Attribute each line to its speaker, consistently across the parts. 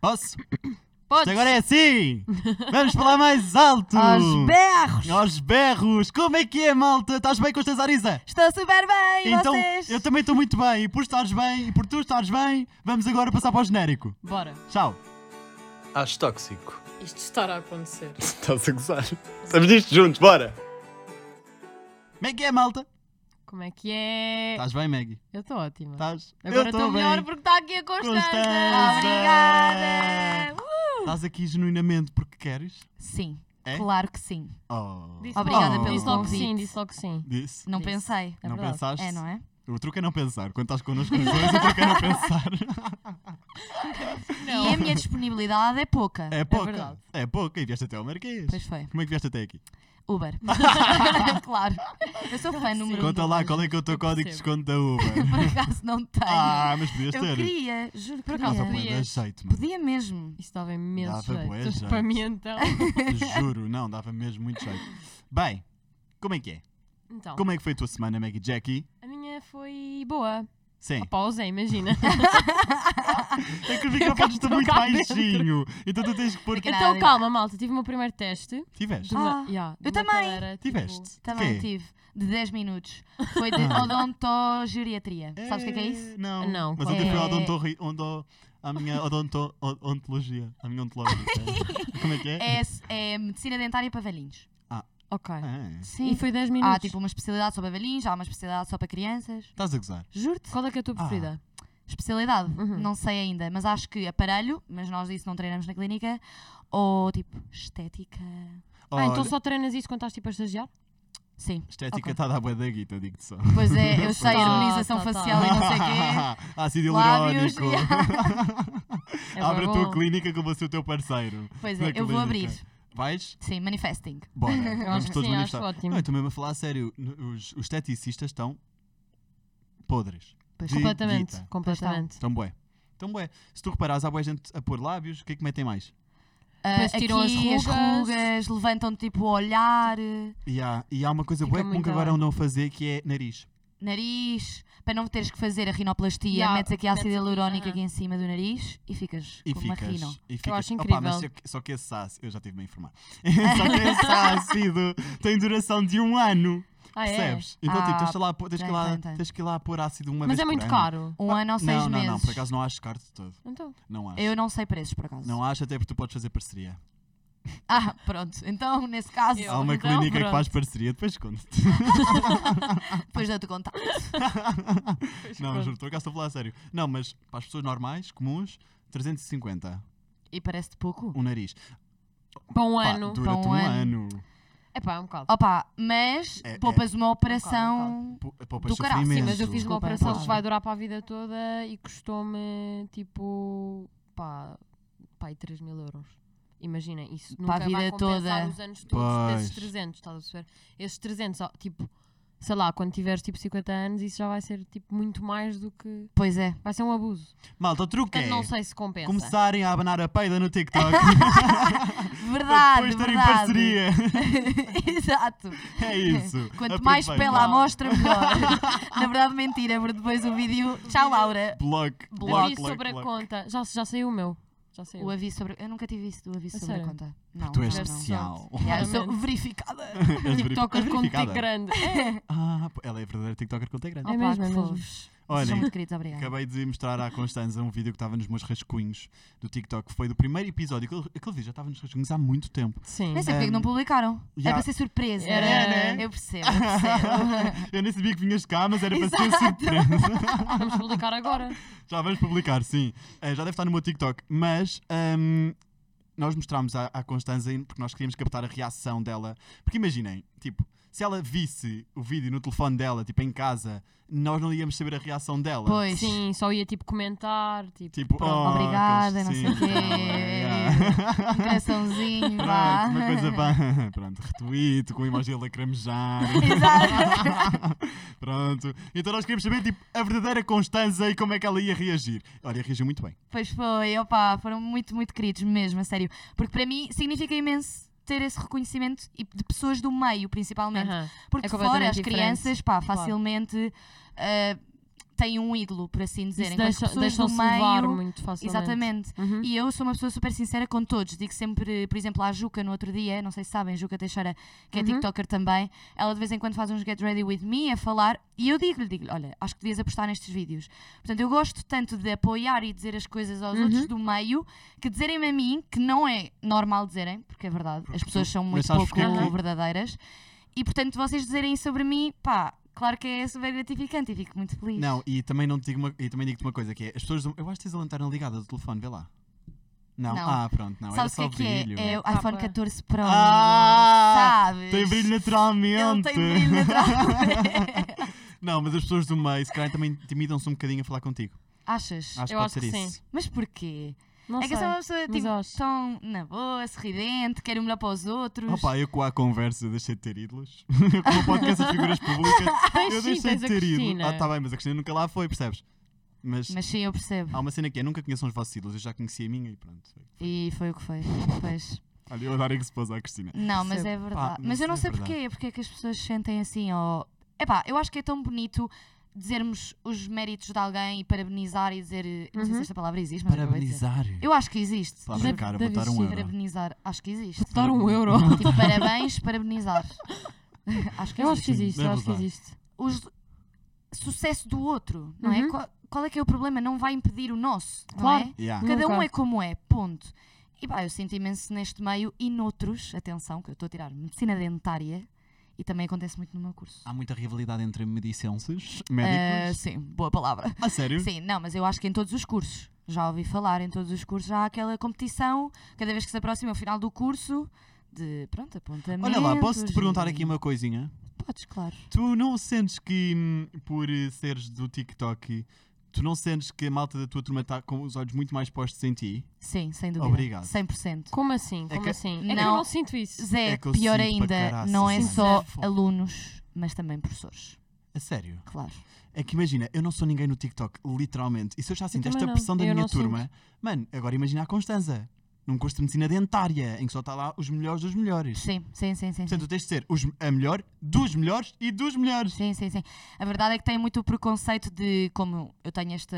Speaker 1: Posso? Isto
Speaker 2: Podes.
Speaker 1: agora é assim! Vamos falar mais alto!
Speaker 2: Aos berros.
Speaker 1: Aos berros! Como é que é, malta? Estás bem com esta Arisa?
Speaker 2: Estou super bem, e
Speaker 1: então,
Speaker 2: vocês?
Speaker 1: eu também estou muito bem. E por estares bem, e por tu estares bem, vamos agora passar para o genérico.
Speaker 2: Bora.
Speaker 1: Tchau!
Speaker 3: Acho tóxico.
Speaker 4: Isto estará a acontecer.
Speaker 3: Estás a gozar? Estamos nisto juntos, bora!
Speaker 1: Como é que é, malta?
Speaker 2: Como é que é?
Speaker 1: Estás bem, Maggie?
Speaker 2: Eu estou ótima.
Speaker 1: Estás?
Speaker 2: Agora
Speaker 1: Tá. eu
Speaker 2: estou
Speaker 1: estou bem.
Speaker 2: melhor porque
Speaker 4: tá
Speaker 2: está aqui a Constança.
Speaker 1: Constança.
Speaker 2: Obrigada. Uh!
Speaker 1: Estás aqui genuinamente porque queres?
Speaker 2: Sim,
Speaker 1: É?
Speaker 2: claro que sim.
Speaker 1: Oh.
Speaker 4: Disse-
Speaker 2: Obrigada
Speaker 1: Oh.
Speaker 2: pelo
Speaker 4: Disse logo que sim,
Speaker 2: convite.
Speaker 4: disse logo que sim.
Speaker 1: Disse?
Speaker 2: Não
Speaker 4: Disse.
Speaker 2: pensei.
Speaker 1: Não
Speaker 4: verdade.
Speaker 1: pensaste?
Speaker 2: É, não é?
Speaker 1: O truque é não pensar. Quando estás connosco nos dois, o truque é não pensar.
Speaker 2: E é a minha disponibilidade é pouca.
Speaker 1: É pouca.
Speaker 4: verdade.
Speaker 1: É, pouca. E vieste até ao Marquês.
Speaker 2: Pois foi.
Speaker 1: Como é que vieste até aqui?
Speaker 2: Uber. claro. Eu sou fã número um.
Speaker 1: Conta
Speaker 2: do
Speaker 1: lá
Speaker 2: Uber.
Speaker 1: qual é que é o teu
Speaker 4: Eu
Speaker 1: código de
Speaker 4: percebo.
Speaker 1: desconto da Uber.
Speaker 2: Por acaso não tenho.
Speaker 1: ah, mas podias
Speaker 2: eu
Speaker 1: ter.
Speaker 2: queria, juro que
Speaker 4: Por
Speaker 1: Mas
Speaker 4: acaso
Speaker 1: a
Speaker 4: eu
Speaker 2: queria.
Speaker 1: poder
Speaker 4: Podia.
Speaker 1: dar jeito, mano.
Speaker 2: Podia mesmo.
Speaker 4: Isso dava imenso
Speaker 1: Dava bué
Speaker 4: jeito.
Speaker 1: jeito.
Speaker 4: Para mim então.
Speaker 1: Juro, não, dava mesmo muito jeito. Bem, como é que é?
Speaker 4: Então,
Speaker 1: Como é que foi a tua semana, Maggie Jackie?
Speaker 4: a minha foi boa.
Speaker 1: Sim.
Speaker 4: A pausa, imagina.
Speaker 1: É que os microfones estão muito
Speaker 4: cá dentro.
Speaker 1: baixinho. Então tu tens que pôr.
Speaker 2: Caralho.
Speaker 4: então calma, malta. Tive o meu primeiro teste.
Speaker 1: Tiveste?
Speaker 4: de uma-
Speaker 2: Ah,
Speaker 4: yeah, de uma
Speaker 2: eu também.
Speaker 4: cadeira, tipo-
Speaker 1: Tiveste?
Speaker 2: Também
Speaker 1: Quê?
Speaker 2: tive. De 10 minutos. Foi de
Speaker 1: Ah.
Speaker 2: odontogeriatria. Sabes o que é que é isso?
Speaker 1: Não.
Speaker 4: Não,
Speaker 1: Mas
Speaker 4: qual
Speaker 1: ontem
Speaker 2: é?
Speaker 1: foi a odontorri... ondo... a minha odonto... o- ontologia. A minha ontologia. Como é que é?
Speaker 2: É, é medicina dentária para velhinhos.
Speaker 4: Ok.
Speaker 1: Ah,
Speaker 2: Sim.
Speaker 4: E foi 10 minutos.
Speaker 2: Há tipo uma especialidade só para velhinhos, há uma especialidade só para crianças.
Speaker 1: estás a gozar.
Speaker 4: Juro-te. Qual é que é a tua
Speaker 1: Ah.
Speaker 4: preferida?
Speaker 2: Especialidade,
Speaker 4: Uhum.
Speaker 2: não sei ainda, mas acho que aparelho, mas nós isso não treinamos na clínica, ou tipo estética.
Speaker 4: Ah, então
Speaker 1: Olha,
Speaker 4: só treinas isso quando estás tipo a estagiar?
Speaker 2: Sim,
Speaker 1: Estética
Speaker 2: Ok.
Speaker 1: está a dar boa da guita, digo-te só.
Speaker 2: pois é, eu sei,
Speaker 4: Tá,
Speaker 2: harmonização
Speaker 4: tá, tá.
Speaker 2: facial e não sei o quê.
Speaker 1: Ácido
Speaker 2: Lábios,
Speaker 1: hialurónico.
Speaker 4: É
Speaker 1: Abre a
Speaker 4: bué
Speaker 1: tua
Speaker 4: bom.
Speaker 1: clínica que eu vou ser o teu parceiro.
Speaker 2: Pois
Speaker 1: Na
Speaker 2: é, eu vou
Speaker 1: clínica.
Speaker 2: abrir.
Speaker 1: Vais?
Speaker 2: Sim, manifesting.
Speaker 1: Bora.
Speaker 4: Eu
Speaker 1: Vamos
Speaker 4: acho que
Speaker 1: todos
Speaker 4: sim, acho
Speaker 1: manifestar.
Speaker 4: ótimo.
Speaker 1: Não, eu estou mesmo a falar a sério. n- Os, os esteticistas estão podres.
Speaker 2: Pois,
Speaker 1: De-
Speaker 4: completamente,
Speaker 1: dita. tá.
Speaker 4: completamente.
Speaker 1: Estão bué. Estão bué. Se tu reparares, há bué gente a pôr lábios. O que é que metem mais?
Speaker 2: Ah,
Speaker 4: Depois tiram as
Speaker 2: aqui
Speaker 4: rugas.
Speaker 2: rugas, levantam tipo o olhar,
Speaker 1: E há, e há uma coisa
Speaker 4: Fica
Speaker 1: bué comum que
Speaker 4: muito
Speaker 1: agora
Speaker 4: bem.
Speaker 1: andam a fazer que é nariz.
Speaker 2: nariz, para não teres que fazer a rinoplastia,
Speaker 4: Ya,
Speaker 2: metes aqui a ácido
Speaker 4: metes aqui,
Speaker 2: hialurónico
Speaker 4: aham.
Speaker 2: aqui em cima do nariz e ficas
Speaker 1: E
Speaker 2: com uma
Speaker 1: ficas.
Speaker 2: rino.
Speaker 1: E ficas.
Speaker 4: acho
Speaker 1: Opa,
Speaker 4: incrível.
Speaker 1: mas só que- só que esse ácido. Eu já estive-me a informar. só que esse ácido tem duração de um ano.
Speaker 4: Ah, é?
Speaker 1: Percebes? Então, tipo,
Speaker 2: Ah,
Speaker 1: tens, de lá, pôr- tens, que ir lá,
Speaker 2: tem, tem.
Speaker 1: tens que ir lá pôr ácido uma vez
Speaker 4: Mas é muito
Speaker 1: por ano.
Speaker 4: caro.
Speaker 2: Um ano ou seis
Speaker 1: Ah, não, não,
Speaker 2: meses.
Speaker 1: não, por acaso não acho caro de todo.
Speaker 4: Então,
Speaker 1: Não acho.
Speaker 2: Eu não sei preços, por acaso.
Speaker 1: Não acho, até porque tu podes fazer parceria.
Speaker 2: Ah, pronto. Então, nesse caso,
Speaker 4: Eu.
Speaker 1: Há uma
Speaker 4: então,
Speaker 1: clínica que
Speaker 4: pronto.
Speaker 1: faz parceria, depois conto-te.
Speaker 2: depois dou-te contato.
Speaker 1: não, juro, por acaso estou a falar a sério. Não, mas para as pessoas normais, comuns, 350.
Speaker 2: E parece-te pouco?
Speaker 1: O nariz.
Speaker 4: para um
Speaker 1: Pá,
Speaker 4: ano.
Speaker 1: Dura-te
Speaker 2: Para um
Speaker 1: um ano.
Speaker 4: É pá, é um bocado.
Speaker 2: Opa, mas
Speaker 1: É, é.
Speaker 2: poupas uma operação.
Speaker 1: Pou- Poupas
Speaker 2: Do caralho, sim,
Speaker 4: Sim,
Speaker 1: sofrimento.
Speaker 4: mas eu fiz uma
Speaker 2: Desculpa, é
Speaker 4: operação
Speaker 2: pá.
Speaker 4: que vai durar para a vida toda e custou-me tipo. pá. pá, 3 mil euros. Imagina, isso
Speaker 2: Para a
Speaker 4: nunca vai
Speaker 2: vida
Speaker 4: compensar
Speaker 2: toda.
Speaker 4: os anos todos desses
Speaker 1: Pois.
Speaker 4: 300, estás a perceber? Esses 300, ó, tipo, sei lá, quando tiveres tipo 50 anos, isso já vai ser tipo muito mais do que.
Speaker 2: Pois é.
Speaker 4: vai ser um abuso.
Speaker 1: Malta, o truque
Speaker 4: Portanto,
Speaker 1: é
Speaker 4: não sei se compensa.
Speaker 1: começarem a abanar a peida no TikTok.
Speaker 2: Verdade,
Speaker 1: depois terem
Speaker 2: verdade.
Speaker 1: parceria.
Speaker 2: Exato.
Speaker 1: É isso.
Speaker 2: Quanto mais
Speaker 1: Aproveitem.
Speaker 2: pela amostra, melhor. Na verdade, mentira, porque depois o vídeo. Tchau, Laura.
Speaker 1: Block, block,
Speaker 4: Aviso
Speaker 1: block,
Speaker 4: sobre
Speaker 1: block.
Speaker 4: a conta. Já, já saiu o meu. Já saiu.
Speaker 2: O aviso sobre. Eu nunca tive isso do aviso
Speaker 4: A
Speaker 2: sobre a
Speaker 4: sério?
Speaker 2: conta. Não,
Speaker 1: Tu és
Speaker 2: não, não.
Speaker 4: especial.
Speaker 1: especial.
Speaker 2: Yeah, eu sou
Speaker 4: Claramente.
Speaker 2: verificada.
Speaker 1: És veri- és
Speaker 4: TikToker com um
Speaker 1: verificada.
Speaker 4: T grande.
Speaker 1: Ah, pô, ela é verdadeira TikToker com T grande.
Speaker 4: É
Speaker 2: Opa,
Speaker 4: mesmo,
Speaker 2: que
Speaker 4: é mesmo.
Speaker 2: fofos. Vocês São
Speaker 1: Olhem,
Speaker 2: muito queridos, obrigada.
Speaker 1: acabei de mostrar à Constanza um vídeo que estava nos meus rascunhos do TikTok. Foi do primeiro episódio. Aquele, aquele vídeo já estava nos rascunhos há muito tempo.
Speaker 4: Sim.
Speaker 2: Nem sei porque é que não
Speaker 1: Um,
Speaker 2: publicaram.
Speaker 1: yeah.
Speaker 2: É para ser surpresa. É,
Speaker 4: Era,
Speaker 1: né?
Speaker 2: Eu percebo, eu percebo.
Speaker 1: Eu nem sabia que vinhas cá, mas era para ser surpresa.
Speaker 2: ah.
Speaker 4: Vamos publicar agora.
Speaker 1: já vamos publicar, sim. Eh, já deve estar no meu TikTok. Mas ahm, nós mostrámos à, à Constanza porque nós queríamos captar a reação dela. Porque imaginem, tipo, se ela visse o vídeo no telefone dela, tipo em casa, nós não íamos saber a reação dela.
Speaker 2: Pois.
Speaker 4: Sim, só ia tipo comentar. Tipo,
Speaker 1: Tipo,
Speaker 4: pronto.
Speaker 1: oh,
Speaker 2: obrigada, não sei o
Speaker 1: Constanza,
Speaker 2: quê.
Speaker 1: yeah.
Speaker 2: Coraçãozinho, vá.
Speaker 1: é. Pronto, uma coisa vá. Pronto, retweet com o emoji a lacrimejar. Pronto. Então nós queríamos saber tipo, a verdadeira Constanza e como é que ela ia reagir. Olha, reagiu muito bem.
Speaker 2: Pois foi, opá, foram muito, muito queridos mesmo, a sério. Porque para mim significa imenso ter esse reconhecimento e de pessoas do meio, principalmente.
Speaker 4: Aham.
Speaker 2: Porque
Speaker 4: É
Speaker 2: fora
Speaker 4: completamente
Speaker 2: as
Speaker 4: diferente.
Speaker 2: crianças, pá, facilmente. ah, têm um ídolo, por assim dizer.
Speaker 4: Isso
Speaker 2: enquanto
Speaker 4: deixa-
Speaker 2: pessoas
Speaker 4: Deixam-se
Speaker 2: do meio-
Speaker 4: levar muito facilmente.
Speaker 2: Exatamente.
Speaker 4: Uhum.
Speaker 2: E eu sou uma pessoa super sincera com todos. Digo sempre, por exemplo, à Juca no outro dia, não sei se sabem, Juca Teixeira, que é
Speaker 4: Uhum.
Speaker 2: TikToker também, ela de vez em quando faz uns Get Ready With Me a falar e eu digo-lhe, digo olha, acho que devias apostar nestes vídeos. Portanto, eu gosto tanto de apoiar e dizer as coisas aos
Speaker 4: Uhum.
Speaker 2: outros do meio que dizerem-me a mim, que não é normal dizerem, porque é verdade, as pessoas são muito
Speaker 1: sabes
Speaker 2: pouco
Speaker 1: porque é
Speaker 4: que-
Speaker 2: verdadeiras, e portanto, vocês dizerem sobre mim, pá, claro que é super gratificante e fico muito feliz.
Speaker 1: Não, e também não te digo uma, e também digo-te uma coisa que é, as pessoas, dão- eu acho que tens a lanterna ligada do telefone, vê lá. Não,
Speaker 2: Não.
Speaker 1: ah, pronto, não,
Speaker 2: Sabes o que
Speaker 1: era
Speaker 2: é
Speaker 1: só
Speaker 2: que
Speaker 1: brilho. né?
Speaker 2: é? É o
Speaker 4: Tapa.
Speaker 2: iPhone 14 Pro.
Speaker 1: Ah,
Speaker 2: amigo, sabes?
Speaker 1: Tem brilho naturalmente.
Speaker 2: Ele tem brilho naturalmente.
Speaker 1: Não, mas as pessoas do meio, se calhar também intimidam-se um bocadinho a falar contigo.
Speaker 2: Achas?
Speaker 1: Acho que pode
Speaker 4: Eu acho
Speaker 1: ser
Speaker 4: que
Speaker 1: isso.
Speaker 2: Mas porquê?
Speaker 4: Não
Speaker 2: é que eu sou
Speaker 4: sei.
Speaker 2: uma pessoa
Speaker 4: mas
Speaker 2: tipo,
Speaker 4: acho.
Speaker 2: tão na boa, sorridente, quero o melhor para os outros.
Speaker 1: Opa, é eu com a conversa deixei de ter ídolos. Eu com o podcast de figuras públicas,
Speaker 4: Tens
Speaker 1: eu
Speaker 4: sim,
Speaker 1: deixei
Speaker 4: tens
Speaker 1: de
Speaker 4: a
Speaker 1: ter ídolos.
Speaker 4: Cristina.
Speaker 1: Ah, tá bem, mas a Cristina nunca lá foi, percebes? Mas,
Speaker 2: Mas sim, eu percebo.
Speaker 1: há uma cena que é, nunca conheçam os vossos ídolos, eu já conheci a minha e pronto.
Speaker 2: E foi o que foi. Pois.
Speaker 1: Olha, eu a dar expose à Cristina.
Speaker 2: Não, mas é
Speaker 4: Percebo.
Speaker 2: verdade.
Speaker 1: Pá,
Speaker 2: mas,
Speaker 1: mas
Speaker 2: eu não
Speaker 1: é
Speaker 2: sei
Speaker 1: verdade.
Speaker 2: porquê, porque é que as pessoas se sentem assim, ou... Epá, eu acho que é tão bonito dizermos os méritos de alguém e parabenizar e dizer... Não sei se
Speaker 4: Uhum.
Speaker 2: esta palavra existe, mas eu vou dizer.
Speaker 1: Parabenizar.
Speaker 2: Eu acho que existe.
Speaker 1: Palavra
Speaker 4: Deve-
Speaker 1: cara,
Speaker 4: deve
Speaker 1: botar um
Speaker 4: existir,
Speaker 1: euro.
Speaker 2: Parabenizar, acho que existe.
Speaker 1: Então,
Speaker 4: Dar um euro.
Speaker 1: Uhum.
Speaker 2: Tipo, parabéns, parabenizar. acho que
Speaker 4: Eu acho
Speaker 2: existe.
Speaker 4: que existe, eu acho que
Speaker 1: Deve usar.
Speaker 4: existe.
Speaker 2: Os... Sucesso do outro, não é?
Speaker 4: Uhum.
Speaker 2: Qual, qual é que é o problema? Não vai impedir o nosso, não
Speaker 4: Claro.
Speaker 2: é?
Speaker 1: Yeah.
Speaker 2: Cada um
Speaker 4: Nunca.
Speaker 2: é como é, ponto. E pá, eu sinto imenso neste meio e noutros, atenção, que eu estou a tirar medicina dentária e também acontece muito no meu curso.
Speaker 1: Há muita rivalidade entre medicenses,
Speaker 2: Ah,
Speaker 1: médicos.
Speaker 2: sim, boa palavra.
Speaker 1: a sério?
Speaker 2: Sim, não, mas eu acho que em todos os cursos, já ouvi falar, em todos os cursos já há aquela competição, cada vez que se aproxima o final do curso, de pronto, apontamento.
Speaker 1: Olha lá, posso te perguntar aqui uma coisinha?
Speaker 2: Podes, claro.
Speaker 1: Tu não sentes que, hum, por eh, seres do TikTok, tu não sentes que a malta da tua turma está com os olhos muito mais postos em ti?
Speaker 2: Sim, sem dúvida.
Speaker 1: Obrigado.
Speaker 2: 100%.
Speaker 4: Como assim?
Speaker 1: É
Speaker 4: Como
Speaker 1: que-
Speaker 4: assim? É que eu
Speaker 2: Não.
Speaker 4: não sinto isso.
Speaker 2: Zé,
Speaker 1: É que eu
Speaker 2: pior
Speaker 1: sinto
Speaker 2: ainda,
Speaker 1: para caraças,
Speaker 2: não é
Speaker 1: mano.
Speaker 2: só
Speaker 4: Sim.
Speaker 2: alunos, mas também professores,
Speaker 1: A sério?
Speaker 2: claro.
Speaker 1: É que imagina, eu não sou ninguém no TikTok, literalmente. E se eu já sinto
Speaker 4: também
Speaker 1: esta
Speaker 4: não.
Speaker 1: pressão da
Speaker 4: Eu
Speaker 1: minha
Speaker 4: não
Speaker 1: turma, mano, agora imagina a Constanza, num curso de medicina dentária, em que só está lá os melhores dos melhores.
Speaker 2: Sim, sim, sim, sim. sim.
Speaker 1: Portanto, tu tens de ser os- a melhor dos melhores e dos melhores.
Speaker 2: Sim, sim, sim. A verdade é que tem muito o preconceito de como eu tenho esta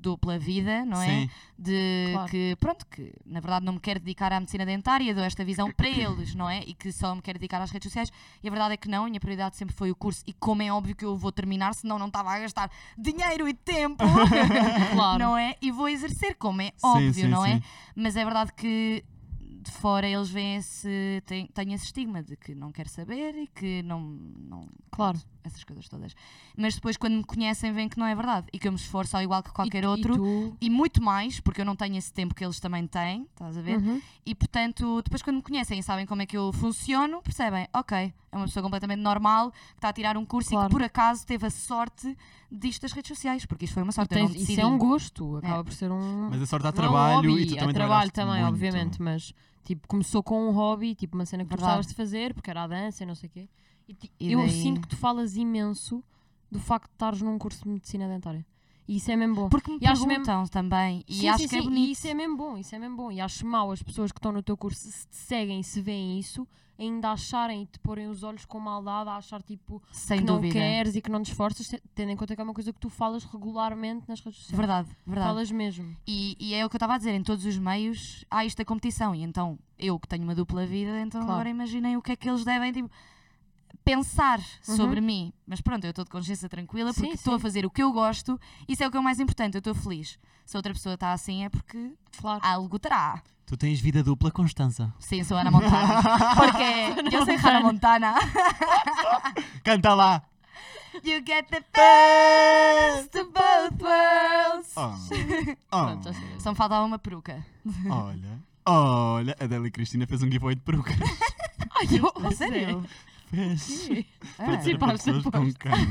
Speaker 2: dupla vida, não é?
Speaker 1: Sim.
Speaker 2: de
Speaker 4: Claro.
Speaker 2: que, pronto, que na verdade não me quero dedicar à medicina dentária, dou esta visão para eles, não é? E que só me quero dedicar às redes sociais. E a verdade é que não, a minha prioridade sempre foi o curso. E como é óbvio que eu vou terminar, senão não estava a gastar dinheiro e tempo,
Speaker 4: Claro.
Speaker 2: não é? E vou exercer, como é
Speaker 1: Sim,
Speaker 2: óbvio,
Speaker 1: sim,
Speaker 2: não é?
Speaker 1: sim.
Speaker 2: Mas é verdade que de fora eles veem esse, têm, têm esse estigma de que não quero saber e que não. não
Speaker 4: Claro.
Speaker 2: essas coisas todas. Mas depois, quando me conhecem, veem que não é verdade e que eu me esforço ao igual que qualquer
Speaker 4: E- e
Speaker 2: outro
Speaker 4: tu- Uhum.
Speaker 2: e muito mais, porque eu não tenho esse tempo que eles também têm, estás a ver?
Speaker 4: Uhum.
Speaker 2: E portanto, depois quando me conhecem e sabem como é que eu funciono, percebem, ok, é uma pessoa completamente normal que está a tirar um curso e
Speaker 4: Claro.
Speaker 2: que por acaso teve a sorte disto das redes sociais, porque isto foi uma sorte. eu
Speaker 4: Tens-
Speaker 2: não
Speaker 4: isso
Speaker 2: decidi.
Speaker 4: é um gosto, acaba
Speaker 2: É.
Speaker 4: por ser um.
Speaker 1: Mas a sorte dá
Speaker 4: não um
Speaker 1: trabalho
Speaker 4: hobby,
Speaker 1: e tu
Speaker 4: é
Speaker 1: também
Speaker 4: trabalho
Speaker 1: trabalhaste
Speaker 4: também,
Speaker 1: muito.
Speaker 4: obviamente, mas tipo, começou com um hobby, tipo uma cena que tu
Speaker 2: Verdade.
Speaker 4: gostavas de fazer, porque era a dança e não sei o quê. E, ti-
Speaker 2: E
Speaker 4: eu
Speaker 2: daí-
Speaker 4: sinto que tu falas imenso do facto de estares num curso de medicina dentária. E isso é mesmo bom.
Speaker 2: Porque me
Speaker 4: E acho mesmo-
Speaker 2: perguntam também, e
Speaker 4: Sim,
Speaker 2: acho
Speaker 4: sim,
Speaker 2: que é
Speaker 4: sim,
Speaker 2: bonito.
Speaker 4: E isso é mesmo bom, isso é mesmo bom. E acho mal as pessoas que estão no teu curso, se te seguem e se veem isso, ainda acharem e te porem os olhos com maldade, a achar tipo
Speaker 2: Sem
Speaker 4: que não
Speaker 2: dúvida.
Speaker 4: queres e que não te esforças, te- tendo em conta que é uma coisa que tu falas regularmente nas redes sociais.
Speaker 2: Verdade, verdade.
Speaker 4: Falas mesmo.
Speaker 2: E, e é o que eu estava a dizer, em todos os meios há esta competição. E então, eu que tenho uma dupla vida, então
Speaker 4: Claro.
Speaker 2: agora imaginem o que é que eles devem tipo, pensar
Speaker 4: Uhum.
Speaker 2: sobre mim. Mas pronto, eu estou de consciência tranquila porque
Speaker 4: Sim,
Speaker 2: estou a
Speaker 4: sim.
Speaker 2: fazer o que eu gosto. Isso é o que é o mais importante, eu estou feliz. Se outra pessoa está assim é porque
Speaker 4: Claro.
Speaker 2: algo terá.
Speaker 1: Tu tens vida dupla, Constanza.
Speaker 2: Sim, sou Ana Montana. Porque eu sou Hannah Montana.
Speaker 1: Canta lá!
Speaker 2: You get the best of both worlds.
Speaker 1: Oh.
Speaker 4: Pronto, já sei.
Speaker 1: Oh.
Speaker 2: Só me faltava uma peruca.
Speaker 1: Olha, olha, a Adele e Cristina fez um giveaway de perucas.
Speaker 4: Ai, eu,
Speaker 2: A sério?
Speaker 1: Fez.
Speaker 2: Ah.
Speaker 1: Para é. ter para
Speaker 4: Participaste
Speaker 1: pessoas com
Speaker 4: no
Speaker 1: câncer.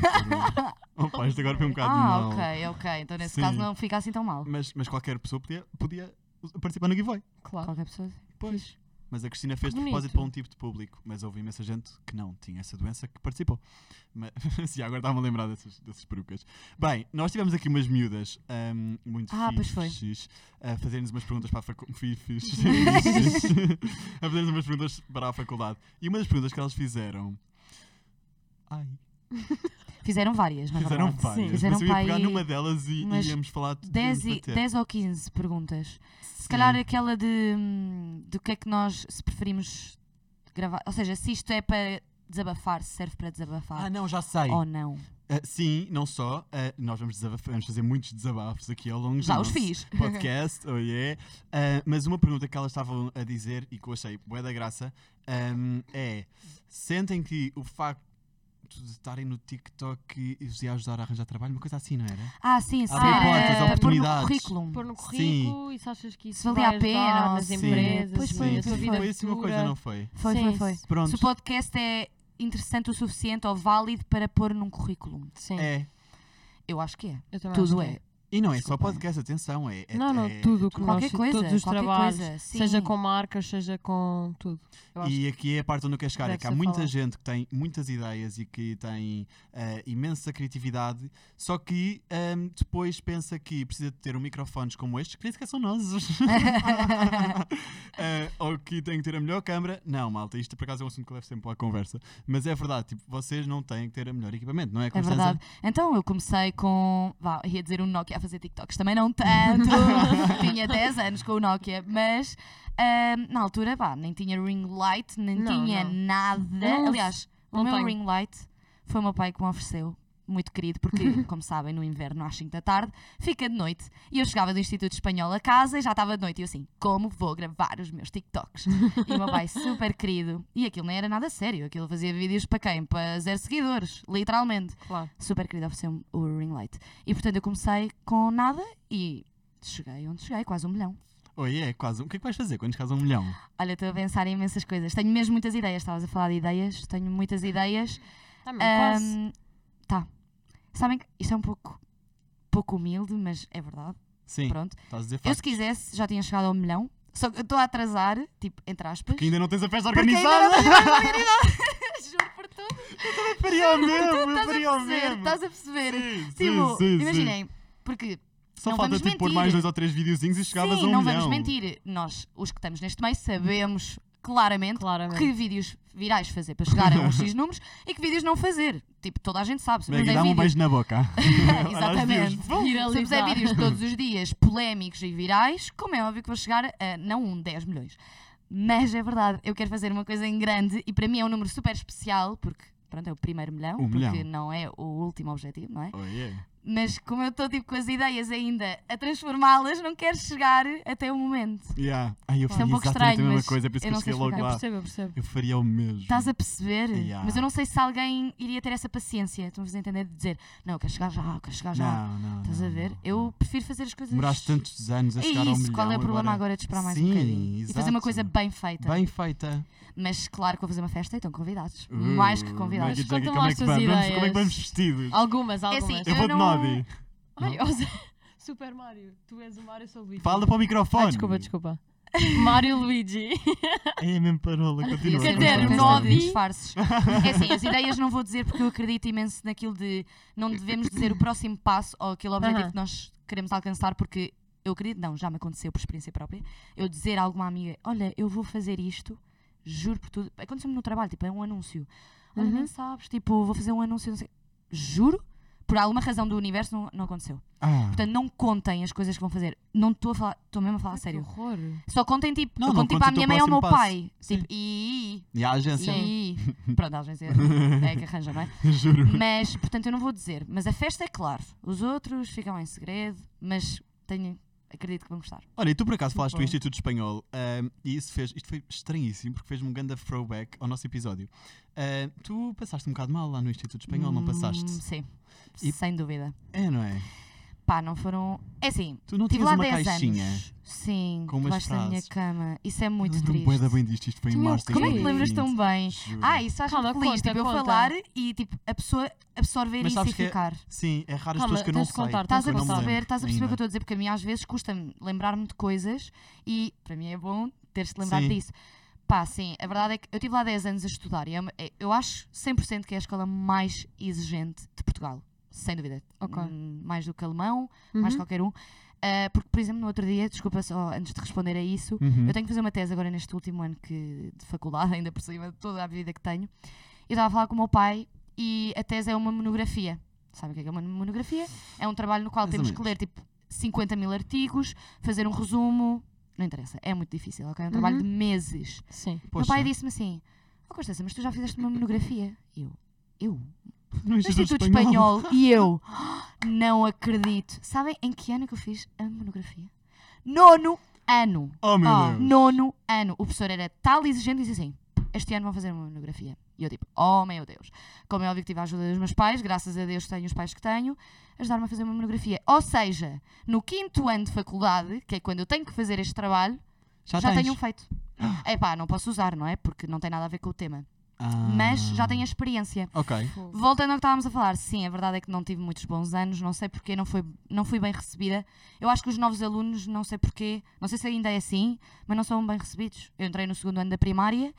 Speaker 1: Opa, isto agora foi um bocado
Speaker 2: Ah,
Speaker 1: mau.
Speaker 2: ok, ok. Então nesse
Speaker 1: Sim. Hum.
Speaker 2: caso não fica assim tão mal.
Speaker 1: Mas, mas qualquer pessoa podia, podia participar no giveaway.
Speaker 4: Claro.
Speaker 2: Qualquer pessoa.
Speaker 1: Pois. Mas a Cristina fez de
Speaker 4: Que bonito.
Speaker 1: propósito para um tipo de público. Mas houve imensa gente que não tinha essa doença que participou. Mas, sim, agora estava-me a lembrar dessas, dessas perucas. Bem, nós tivemos aqui umas miúdas ahm, muito
Speaker 2: Ah, pois foi.
Speaker 1: fixes a fazerem-nos umas perguntas para a faculdade. a fazerem-nos umas perguntas para a faculdade. E uma das perguntas que elas fizeram. Ai.
Speaker 2: Fizeram várias, na
Speaker 1: Fizeram
Speaker 2: verdade.
Speaker 1: várias.
Speaker 4: Fizeram
Speaker 1: mas eu ia
Speaker 2: para
Speaker 1: pegar
Speaker 2: aí
Speaker 1: numa delas e
Speaker 2: umas
Speaker 1: e íamos falar de
Speaker 2: 10, e, 10 ou 15 perguntas. Se calhar é aquela de hum, do que é que nós se preferimos gravar. Ou seja, se isto é para desabafar, se serve para
Speaker 1: Ah,
Speaker 2: desabafar
Speaker 1: não, já sei.
Speaker 2: ou não.
Speaker 1: Ah, sim, não só. ah, nós vamos, desabaf- vamos fazer muitos desabafos aqui ao longo do
Speaker 2: Já os
Speaker 1: nosso
Speaker 2: fiz.
Speaker 1: podcast. oh yeah. Ah, mas uma pergunta que elas estavam a dizer e que eu achei boa da graça ahm, é: sentem que o facto de estarem no TikTok os ia ajudar a arranjar trabalho? Uma coisa assim, não era?
Speaker 2: Ah, sim, sim.
Speaker 1: Abre
Speaker 2: era
Speaker 1: portas,
Speaker 2: pôr no
Speaker 1: oportunidades.
Speaker 2: currículo.
Speaker 4: Pôr no currículo e se achas que isso
Speaker 2: Se valia
Speaker 4: vai
Speaker 2: a pena,
Speaker 4: ajudar
Speaker 2: ou
Speaker 4: nas
Speaker 2: se-
Speaker 4: empresas,
Speaker 2: Pois
Speaker 4: na
Speaker 2: foi,
Speaker 4: tua
Speaker 2: pois
Speaker 4: vida
Speaker 1: foi assim uma
Speaker 4: futura.
Speaker 1: coisa, não foi?
Speaker 2: Foi,
Speaker 4: Sim,
Speaker 2: foi, foi.
Speaker 4: sim.
Speaker 1: Pronto.
Speaker 2: Se o podcast é interessante o suficiente ou válido para pôr num currículo.
Speaker 4: Sim,
Speaker 1: É.
Speaker 2: Eu acho que é.
Speaker 4: eu também
Speaker 2: Tudo
Speaker 4: acho que
Speaker 2: é.
Speaker 1: E não é só
Speaker 2: Desculpa.
Speaker 1: podcast, atenção. É, é-
Speaker 4: Não, não,
Speaker 1: é-
Speaker 4: tudo o que
Speaker 2: Qualquer
Speaker 4: nós,
Speaker 2: coisa,
Speaker 4: todos os
Speaker 2: qualquer
Speaker 4: trabalhos,
Speaker 2: coisa, sim.
Speaker 4: seja com marcas, seja com tudo. Eu acho
Speaker 1: E aqui é a parte onde eu quero chegar, é
Speaker 4: Deve
Speaker 1: que há
Speaker 4: ser
Speaker 1: muita
Speaker 4: falado.
Speaker 1: gente que tem muitas ideias e que tem eh, imensa criatividade, só que ehm, depois pensa que precisa de ter um microfones como estes, que nem sequer são nossos. Eh, ou que tem que ter a melhor câmara. Não, malta, isto por acaso é um assunto que eu levo sempre à conversa. Mas é verdade, tipo, vocês não têm que ter o melhor equipamento, não é,
Speaker 2: É
Speaker 1: Constanza?
Speaker 2: verdade. Então eu comecei com. Vá, ia dizer um Nokia a fazer TikToks, também não tanto. tinha 10 anos com o Nokia, mas ahm, na altura, vá, nem tinha ring light, nem
Speaker 4: Não,
Speaker 2: tinha
Speaker 4: não.
Speaker 2: nada.
Speaker 4: Não,
Speaker 2: Aliás, o
Speaker 4: não
Speaker 2: meu
Speaker 4: tenho.
Speaker 2: ring light foi o meu pai que me ofereceu. Muito querido, porque, como sabem, no inverno às 5 da tarde fica de noite. E eu chegava do Instituto Espanhol a casa e já estava de noite. E eu assim, como vou gravar os meus TikToks? E o meu pai super querido. E aquilo não era nada sério. Aquilo fazia vídeos para quem? Para zero seguidores, literalmente
Speaker 4: que, claro.
Speaker 2: super querida ofereceu-me o ring light. E portanto eu comecei com nada e cheguei onde cheguei, quase um milhão.
Speaker 1: Oi, é quase. O que é que vais fazer quando chegares a um milhão?
Speaker 2: Olha, estou a pensar em imensas coisas. Tenho mesmo muitas ideias. Estavas a falar de ideias, tenho muitas ideias.
Speaker 4: Também Hum, quase.
Speaker 2: Ahm, tá. Sabem que isto é um pouco, pouco humilde, mas é verdade.
Speaker 1: Sim,
Speaker 2: Pronto.
Speaker 1: estás a dizer
Speaker 2: Eu
Speaker 1: factos.
Speaker 2: se quisesse já tinha chegado ao milhão. Só que eu estou a atrasar, tipo, entre aspas.
Speaker 1: Que ainda não tens a festa
Speaker 2: porque ainda não
Speaker 1: organizada!
Speaker 2: tenho a organizada. Juro por tudo.
Speaker 1: Faria o mesmo, eu
Speaker 2: Estás a
Speaker 1: faria o
Speaker 2: perceber,
Speaker 1: mesmo!
Speaker 2: estás a perceber.
Speaker 1: Sim, sim,
Speaker 2: Tipo,
Speaker 1: sim, sim.
Speaker 2: imaginem, porque
Speaker 1: Só
Speaker 2: Não
Speaker 1: falta
Speaker 2: vamos
Speaker 1: tipo pôr
Speaker 2: mentir.
Speaker 1: mais dois ou três videozinhos e chegavas
Speaker 2: Sim,
Speaker 1: a um
Speaker 2: não
Speaker 1: milhão.
Speaker 2: vamos mentir. Nós, os que estamos neste meio, sabemos claramente,
Speaker 4: Claramente.
Speaker 2: que vídeos virais fazer para chegar a uns X números e que vídeos não fazer. Tipo, toda a gente sabe. Se não
Speaker 1: Maggie,
Speaker 2: tem
Speaker 1: dá-me um
Speaker 2: vídeos.
Speaker 1: beijo na boca.
Speaker 2: Exatamente. Se fizer
Speaker 4: Viralizar.
Speaker 2: vídeos
Speaker 1: tá.
Speaker 2: todos os dias polémicos e virais, como é óbvio que vou chegar a não um, 10 milhões. Mas é verdade, eu quero fazer uma coisa em grande e para mim é um número super especial porque. Pronto, é o primeiro milhão,
Speaker 1: Um
Speaker 2: porque
Speaker 1: milhão.
Speaker 2: não é o último objetivo, não é?
Speaker 1: Oh, yeah.
Speaker 2: Mas como eu estou tipo, com as ideias ainda a transformá-las, não quero chegar até o momento.
Speaker 1: Yeah. Ai, eu
Speaker 2: Isto é
Speaker 1: faria
Speaker 2: um pouco
Speaker 1: exatamente
Speaker 2: estranho,
Speaker 1: a mesma
Speaker 2: mas
Speaker 1: coisa, é por isso que
Speaker 2: eu
Speaker 1: eu
Speaker 2: não sei
Speaker 1: cheguei logo
Speaker 4: Eu
Speaker 1: lá.
Speaker 4: percebo, eu percebo.
Speaker 1: Eu faria o mesmo.
Speaker 2: Estás a perceber?
Speaker 1: Yeah.
Speaker 2: Mas eu não sei se alguém iria ter essa paciência, tu me entender, de dizer, não, eu quero chegar já, eu quero chegar já.
Speaker 1: Não, não,
Speaker 2: Estás a
Speaker 1: não,
Speaker 2: ver?
Speaker 1: não.
Speaker 2: Eu prefiro fazer as coisas.
Speaker 1: Demoraste tantos anos a
Speaker 2: É
Speaker 1: chegar ao milhão.
Speaker 2: isso, qual é o problema agora, de esperar mais um
Speaker 1: Sim,
Speaker 2: bocadinho? E fazer uma
Speaker 1: exato.
Speaker 2: coisa bem feita.
Speaker 1: Bem feita.
Speaker 2: Mas claro que vou fazer uma festa e estão convidados. mais que
Speaker 1: Uh,
Speaker 2: convidados.
Speaker 1: Maggie
Speaker 4: Mas
Speaker 1: Jackie,
Speaker 4: conta-me
Speaker 1: como é
Speaker 4: lá as
Speaker 1: que
Speaker 4: tuas
Speaker 1: vamos? Vamos-
Speaker 4: ideias.
Speaker 1: Como é que vamos vestidos?
Speaker 4: Algumas,
Speaker 2: assim,
Speaker 4: algumas.
Speaker 1: Eu
Speaker 2: eu
Speaker 1: vou de
Speaker 2: não-
Speaker 1: Nodi.
Speaker 4: Ai, José, Super Mario, tu és o Mario, eu sou o Luigi.
Speaker 1: Fala para o microfone.
Speaker 2: Ah,
Speaker 4: Ai, desculpa, desculpa. Mario Luigi.
Speaker 1: É a mesma parola, continua.
Speaker 4: Quer
Speaker 2: Sim,
Speaker 4: dizer,
Speaker 2: mas
Speaker 1: continua.
Speaker 4: nós-
Speaker 2: de disfarces. É assim, as ideias não vou dizer porque eu acredito imenso naquilo de não devemos dizer o próximo passo ou aquele objetivo
Speaker 4: Aham.
Speaker 2: que nós queremos alcançar porque eu acredito, não, já me aconteceu por experiência própria, eu dizer a alguma amiga, olha, eu vou fazer isto, juro por tudo, aconteceu-me no trabalho, tipo, é um anúncio. Olha,
Speaker 4: Uhum.
Speaker 2: nem sabes, tipo, vou fazer um anúncio, não sei. Juro, por alguma razão do universo não, não aconteceu.
Speaker 1: Ah.
Speaker 2: Portanto, não contem as coisas que vão fazer. Não estou a falar, estou mesmo a falar a
Speaker 4: Que
Speaker 2: Ah, sério.
Speaker 4: horror.
Speaker 2: Só contem tipo,
Speaker 1: Não,
Speaker 2: eu
Speaker 1: não,
Speaker 2: conto tipo à
Speaker 1: conta o teu
Speaker 2: minha mãe ou ao meu
Speaker 1: próximo
Speaker 2: pai.
Speaker 1: passo.
Speaker 2: Tipo, e
Speaker 1: E a agência?
Speaker 2: Sim. Pronto, a agência é que arranja, não é?
Speaker 1: Juro.
Speaker 2: Mas, portanto, eu não vou dizer. Mas a festa é claro. Os outros ficam em segredo, mas tenho, acredito que vão gostar.
Speaker 1: Olha, e tu por acaso falaste do
Speaker 4: bom.
Speaker 1: Instituto Espanhol ahm, e isso fez, isto foi estranhíssimo porque fez-me um grande throwback ao nosso episódio. Ahm, tu passaste um bocado mal lá no Instituto Espanhol, não
Speaker 2: Hum,
Speaker 1: passaste?
Speaker 2: Sim,
Speaker 1: E-
Speaker 2: sem dúvida.
Speaker 1: É, não é?
Speaker 2: Pá, não foram. É assim,
Speaker 1: Tu não
Speaker 2: tive
Speaker 1: tinhas
Speaker 2: lá
Speaker 1: uma
Speaker 2: 10
Speaker 1: caixinha.
Speaker 2: anos. Sim,
Speaker 1: com umas
Speaker 2: debaixo da minha
Speaker 1: frases.
Speaker 2: cama. Isso é
Speaker 1: Eu
Speaker 2: muito
Speaker 1: lembro-me bué da
Speaker 2: triste.
Speaker 1: bem disto, isto foi em
Speaker 4: Tinha-
Speaker 1: março de
Speaker 2: Como é que te
Speaker 1: 2020.
Speaker 2: lembras tão bem?
Speaker 1: Juro.
Speaker 2: Ah, isso faz-me
Speaker 4: Calma,
Speaker 2: feliz.
Speaker 4: conta,
Speaker 2: tipo, eu
Speaker 4: conta.
Speaker 2: falar e tipo, a pessoa absorver
Speaker 1: Mas
Speaker 2: isso
Speaker 1: sabes
Speaker 2: e
Speaker 1: que é-
Speaker 2: ficar.
Speaker 1: Sim, é raro as
Speaker 4: Calma,
Speaker 1: pessoas que eu não
Speaker 4: tens de
Speaker 1: sei.
Speaker 4: contar,
Speaker 1: que eu
Speaker 4: tens
Speaker 2: Estás
Speaker 4: de
Speaker 2: a
Speaker 1: não me
Speaker 4: contar.
Speaker 2: perceber,
Speaker 1: lembro
Speaker 2: estás a perceber o que eu
Speaker 1: ainda.
Speaker 2: estou a dizer, porque a mim às vezes custa-me lembrar-me de coisas e para mim é bom ter-se lembrado
Speaker 1: Sim.
Speaker 2: disso. Pá, sim, a verdade é que eu estive lá 10 anos a estudar e é uma- é- eu acho 100% que é a escola mais exigente de Portugal, sem dúvida.
Speaker 4: Ok.
Speaker 2: Hum, mais do que alemão,
Speaker 4: Uhum.
Speaker 2: mais qualquer um. Ah, porque, por exemplo, no outro dia, desculpa só antes de responder a isso,
Speaker 1: Uhum.
Speaker 2: eu tenho que fazer uma tese agora neste último ano que, de faculdade, ainda por cima de toda a vida que tenho. Eu estava a falar com o meu pai e a tese é uma monografia. Sabe o que é que é uma monografia? É um trabalho no qual
Speaker 1: Mais ou
Speaker 2: temos que
Speaker 1: menos.
Speaker 2: ler tipo 50 mil artigos, fazer um resumo. Não interessa, é muito difícil, ok? É um trabalho de meses.
Speaker 4: Sim.
Speaker 2: Meu pai
Speaker 1: Uhum. Poxa,
Speaker 2: disse-me assim: oh, Constança, mas tu já fizeste uma monografia? E Eu, eu?
Speaker 1: no
Speaker 2: No Instituto Espanhol. E eu, "Ah, não acredito. Sabem em que ano que eu fiz a monografia? Nono ano.
Speaker 1: Oh meu
Speaker 4: Ah,
Speaker 1: Deus.
Speaker 2: Nono ano. O professor era tal exigente e disse assim: Este ano vão fazer uma monografia. E eu, tipo, oh meu Deus. Como é óbvio que tive a ajuda dos meus pais, graças a Deus tenho os pais que tenho, ajudaram-me a fazer uma monografia. Ou seja, no quinto ano de faculdade, que é quando eu tenho que fazer este trabalho, já,
Speaker 1: tens?
Speaker 2: tenho um feito. Epá, não posso usar, não é? Porque não tem nada a ver com o tema.
Speaker 1: Ah.
Speaker 2: Mas já tenho a experiência.
Speaker 1: Ok.
Speaker 2: Voltando ao que estávamos a falar, sim, a verdade é que não tive muitos bons anos, não sei porquê, não, foi, não fui bem recebida. Eu acho que os novos alunos, não sei porquê, não sei se ainda é assim, mas não são bem recebidos. Eu entrei no segundo ano da primária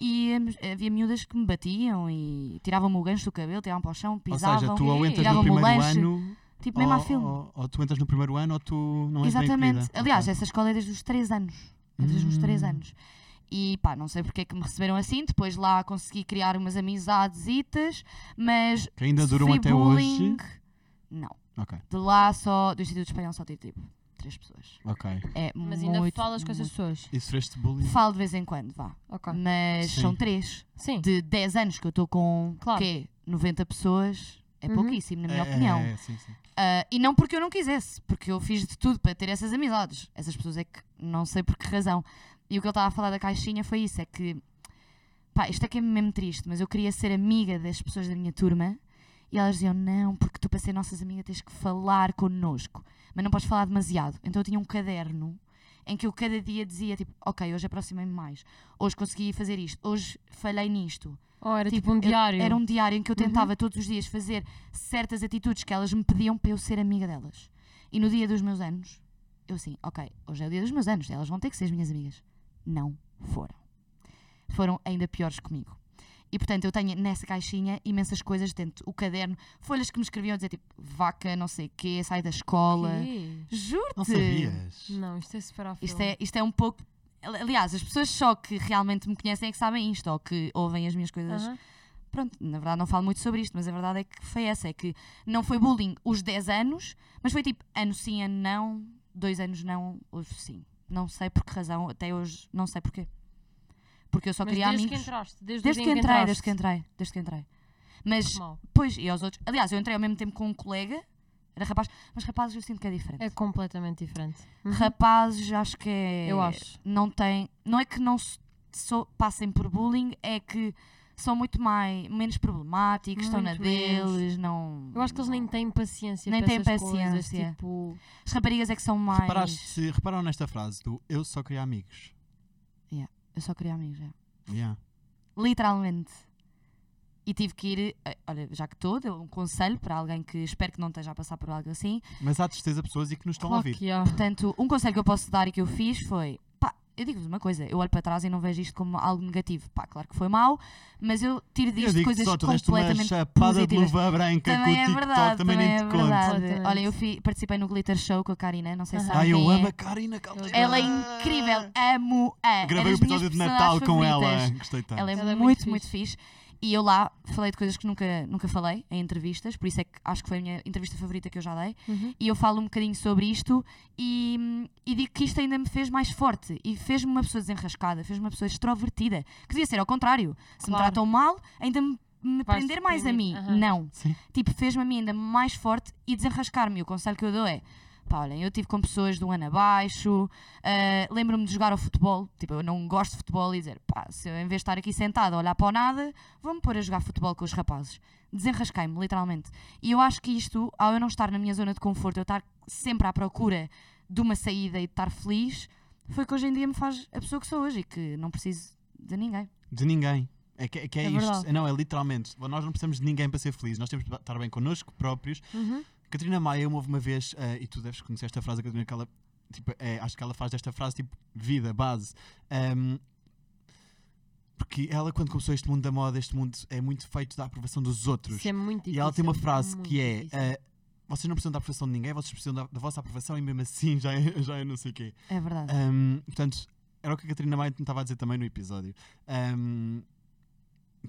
Speaker 2: e hum, havia miúdas que me batiam e tiravam-me o gancho do cabelo, tiravam para o chão,
Speaker 1: Ou
Speaker 2: pisavam,
Speaker 1: seja, tu ou entras no
Speaker 2: tiravam-me o
Speaker 1: primeiro
Speaker 2: lanche,
Speaker 1: ano.
Speaker 2: tipo mesmo
Speaker 1: ou,
Speaker 2: a filme.
Speaker 1: Ou, ou tu entras no primeiro ano ou tu não és bem
Speaker 2: Exatamente.
Speaker 1: acolhida.
Speaker 2: Aliás,
Speaker 1: Ok. Hum.
Speaker 2: essa escola é desde os 3 anos. É desde os 3 anos. E pá, não sei porque é que me receberam assim, depois lá consegui criar umas amizadesitas, mas
Speaker 1: que ainda duram
Speaker 2: sofri
Speaker 1: até
Speaker 2: bullying.
Speaker 1: hoje.
Speaker 2: Não.
Speaker 1: Ok,
Speaker 2: De lá só, do Instituto Espanhol só tive tipo três pessoas.
Speaker 1: ok.
Speaker 2: É
Speaker 4: Mas ainda
Speaker 2: muito,
Speaker 4: falas com essas
Speaker 2: muito-
Speaker 4: pessoas.
Speaker 1: E sofreste bullying?
Speaker 2: Falo de vez em quando, vá.
Speaker 4: Ok.
Speaker 2: Mas
Speaker 1: Sim.
Speaker 2: são três.
Speaker 4: Sim.
Speaker 2: De 10 anos que eu estou com
Speaker 4: Claro.
Speaker 2: quê? 90 pessoas. É
Speaker 4: Uhum.
Speaker 2: pouquíssimo, na minha
Speaker 1: É,
Speaker 2: opinião.
Speaker 1: É, é, sim, sim.
Speaker 2: Ah, e não porque eu não quisesse, porque eu fiz de tudo para ter essas amizades. Essas pessoas é que não sei por que razão. E o que ele estava a falar da caixinha foi isso: é que. Pá, isto é que é mesmo triste, mas eu queria ser amiga das pessoas da minha turma e elas diziam: não, porque tu para ser nossas amigas tens que falar connosco, mas não podes falar demasiado. Então eu tinha um caderno em que eu cada dia dizia: tipo, ok, hoje aproximei-me mais, hoje consegui fazer isto, hoje falhei nisto.
Speaker 4: Oh, era tipo,
Speaker 2: Tipo,
Speaker 4: um
Speaker 2: eu-
Speaker 4: diário. Uhum.
Speaker 2: Era um diário em que eu tentava todos os dias fazer certas atitudes que elas me pediam para eu ser amiga delas. E no dia dos meus anos, eu assim, ok, hoje é o dia dos meus anos, elas vão ter que ser as minhas amigas. Não foram. Foram ainda piores comigo. E portanto, eu tenho nessa caixinha imensas coisas dentro. O caderno, folhas que me escreviam a dizer tipo vaca, não sei o quê, sai da escola.
Speaker 4: Quê?
Speaker 1: Não
Speaker 2: Juro-te!
Speaker 1: sabias?
Speaker 4: Não, isto é super à
Speaker 2: Isto
Speaker 4: filme.
Speaker 2: é, isto é um pouco. Aliás, as pessoas só que realmente me conhecem é que sabem isto ou que ouvem as minhas coisas
Speaker 4: Aham.
Speaker 2: pronto, na verdade não falo muito sobre isto, mas a verdade é que foi essa, é que não foi bullying os 10 anos, mas foi tipo ano sim, ano não, dois anos não, hoje sim. Não sei por que razão, até hoje não sei porquê. Porque eu só
Speaker 4: Mas
Speaker 2: queria
Speaker 4: desde
Speaker 2: amigos.
Speaker 4: que entraste. Desde,
Speaker 2: desde
Speaker 4: o
Speaker 2: que
Speaker 4: dia em
Speaker 2: entrei, desde que
Speaker 4: entraste.
Speaker 2: entrei, desde que entrei. Mas,
Speaker 4: Mal.
Speaker 2: pois, e aos outros. Aliás, eu entrei ao mesmo tempo com um colega, era rapaz, mas rapazes eu sinto que é diferente.
Speaker 4: É completamente diferente. Uhum.
Speaker 2: Rapazes, acho que é.
Speaker 4: Eu acho.
Speaker 2: Não tem. Não é que não se- so- passem por bullying, é que são muito mais, menos problemáticos, estão na
Speaker 4: Muito menos.
Speaker 2: deles, não.
Speaker 4: Eu acho que eles nem têm paciência
Speaker 2: Nem
Speaker 4: para
Speaker 2: têm
Speaker 4: essas coisas,
Speaker 2: paciência.
Speaker 4: tipo...
Speaker 2: As raparigas é que são mais.
Speaker 1: Reparaste, se- repararam nesta frase do eu só queria amigos.
Speaker 2: Eu só queria amigos, é.
Speaker 1: Yeah.
Speaker 2: Literalmente. E tive que ir. eh, Olha, já que estou, deu um conselho para alguém que espero que não esteja a passar por algo assim.
Speaker 1: Mas há de certeza pessoas e que nos estão a
Speaker 4: claro
Speaker 1: ouvir.
Speaker 4: que há.
Speaker 2: Portanto, um conselho que eu posso dar e que eu fiz foi. Pá, eu digo-vos uma coisa, eu olho para trás e não vejo isto como algo negativo. Pá, claro que foi mau, mas eu tiro
Speaker 1: Eu
Speaker 2: disto
Speaker 1: digo
Speaker 2: coisas
Speaker 1: só, tu deste uma
Speaker 2: completamente
Speaker 1: chapada de
Speaker 2: positivas.
Speaker 1: luva branca
Speaker 2: Também
Speaker 1: com o
Speaker 2: é
Speaker 1: TikTok,
Speaker 2: verdade,
Speaker 1: também,
Speaker 2: também
Speaker 1: nem
Speaker 2: é
Speaker 1: te conto.
Speaker 2: verdade.
Speaker 4: Completamente.
Speaker 2: Olha, eu fi- participei no Glitter Show com a Karina, não sei se
Speaker 4: Aham.
Speaker 1: Ai,
Speaker 2: sabem
Speaker 1: eu
Speaker 2: quem é.
Speaker 1: amo a Karina Caldeira.
Speaker 2: Ela é incrível, É amo a.
Speaker 1: Gravei o episódio de Natal com ela. Gostei tanto.
Speaker 2: Ela é,
Speaker 4: Ela é
Speaker 2: muito,
Speaker 4: muito
Speaker 2: muito fixe. E eu lá falei de coisas que nunca, nunca falei em entrevistas, por isso é que acho que foi a minha entrevista favorita que eu já dei.
Speaker 4: Uhum.
Speaker 2: E eu falo um bocadinho sobre isto e, e digo que isto ainda me fez mais forte e fez-me uma pessoa desenrascada, fez-me uma pessoa extrovertida. Que devia ser ao contrário. Se me
Speaker 4: Claro.
Speaker 2: tratam mal, ainda me, me
Speaker 4: Vais
Speaker 2: prender mais a mim.
Speaker 4: deprimir. Aham.
Speaker 2: Não
Speaker 1: Sim.
Speaker 2: tipo, fez-me a mim ainda mais forte e desenrascar-me. E O conselho que eu dou é: pá, olhem, eu tive com pessoas de um ano abaixo, ah, lembro-me de jogar ao futebol, tipo, eu não gosto de futebol e dizer, pá, se eu em vez de estar aqui sentada a olhar para o nada, vou-me pôr a jogar futebol com os rapazes. Desenrasquei-me, literalmente. E eu acho que isto, ao eu não estar na minha zona de conforto, eu estar sempre à procura de uma saída e de estar feliz, foi que hoje em dia me faz a pessoa que sou hoje e que não preciso de ninguém.
Speaker 1: De ninguém. É que é, que é
Speaker 4: É
Speaker 1: isto.
Speaker 4: verdade.
Speaker 1: É, Não, é literalmente. Nós não precisamos de ninguém para ser felizes. Nós temos de estar bem connosco próprios.
Speaker 4: Uhum.
Speaker 1: Catarina Maia, houve uma vez, eh, e tu deves conhecer esta frase, Catarina, que ela. Tipo, é, acho que ela faz desta frase tipo vida, base. Ahm, porque ela, quando começou este mundo da moda, este mundo é muito feito da aprovação dos outros.
Speaker 4: Isso é muito difícil.
Speaker 1: E ela tem uma frase
Speaker 4: muito
Speaker 1: que é:
Speaker 4: difícil.
Speaker 1: eh, Vocês não precisam da aprovação de ninguém, vocês precisam da, da vossa aprovação e mesmo assim já é, já é não sei o quê.
Speaker 2: É verdade.
Speaker 1: Um, portanto, era o que a Catarina Maia me estava a dizer também no episódio. Um,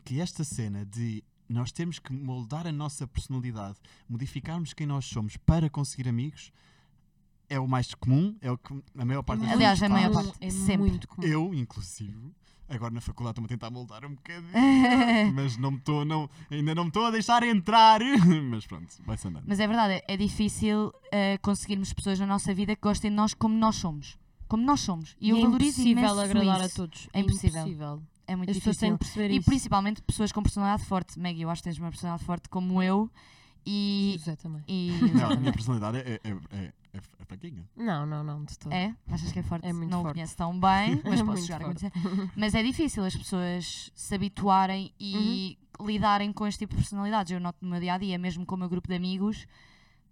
Speaker 1: que esta cena de nós temos que moldar a nossa personalidade, modificarmos quem nós somos para conseguir amigos, é o mais comum, é o que a maior parte das
Speaker 2: Aliás,
Speaker 1: pessoas
Speaker 2: a maior
Speaker 1: faz.
Speaker 2: parte,
Speaker 4: É
Speaker 2: sempre.
Speaker 4: muito comum.
Speaker 1: Eu, inclusive, agora na faculdade estou-me a tentar moldar um bocadinho, mas não me estou, não, ainda não me estou a deixar entrar. Mas pronto, vai-se andando.
Speaker 2: Mas é verdade, é- é difícil eh, conseguirmos pessoas na nossa vida que gostem de nós como nós somos. Como nós somos. E eu
Speaker 4: é
Speaker 2: valorizo
Speaker 4: impossível
Speaker 2: imenso
Speaker 4: agradar
Speaker 2: isso.
Speaker 4: a todos.
Speaker 2: É impossível. É muito
Speaker 4: As pessoas têm
Speaker 2: difícil.
Speaker 4: que perceber
Speaker 2: E
Speaker 4: isso.
Speaker 2: principalmente pessoas com personalidade forte. Maggie, eu acho que tens uma personalidade forte como eu.
Speaker 4: E
Speaker 2: E.
Speaker 4: o Zé também.
Speaker 2: e
Speaker 1: Não, a minha personalidade é, é, é, é, é fraquinha.
Speaker 4: Não, não, não, de todo.
Speaker 2: É? Achas que é forte?
Speaker 4: É muito
Speaker 2: não o
Speaker 4: forte.
Speaker 2: conheço tão bem, mas
Speaker 4: É
Speaker 2: posso
Speaker 4: muito
Speaker 2: chegar
Speaker 4: forte.
Speaker 2: a conhecer. Mas é difícil as pessoas se habituarem e
Speaker 4: Uhum.
Speaker 2: lidarem com este tipo de personalidades. Eu noto no meu dia a dia, mesmo com o meu grupo de amigos,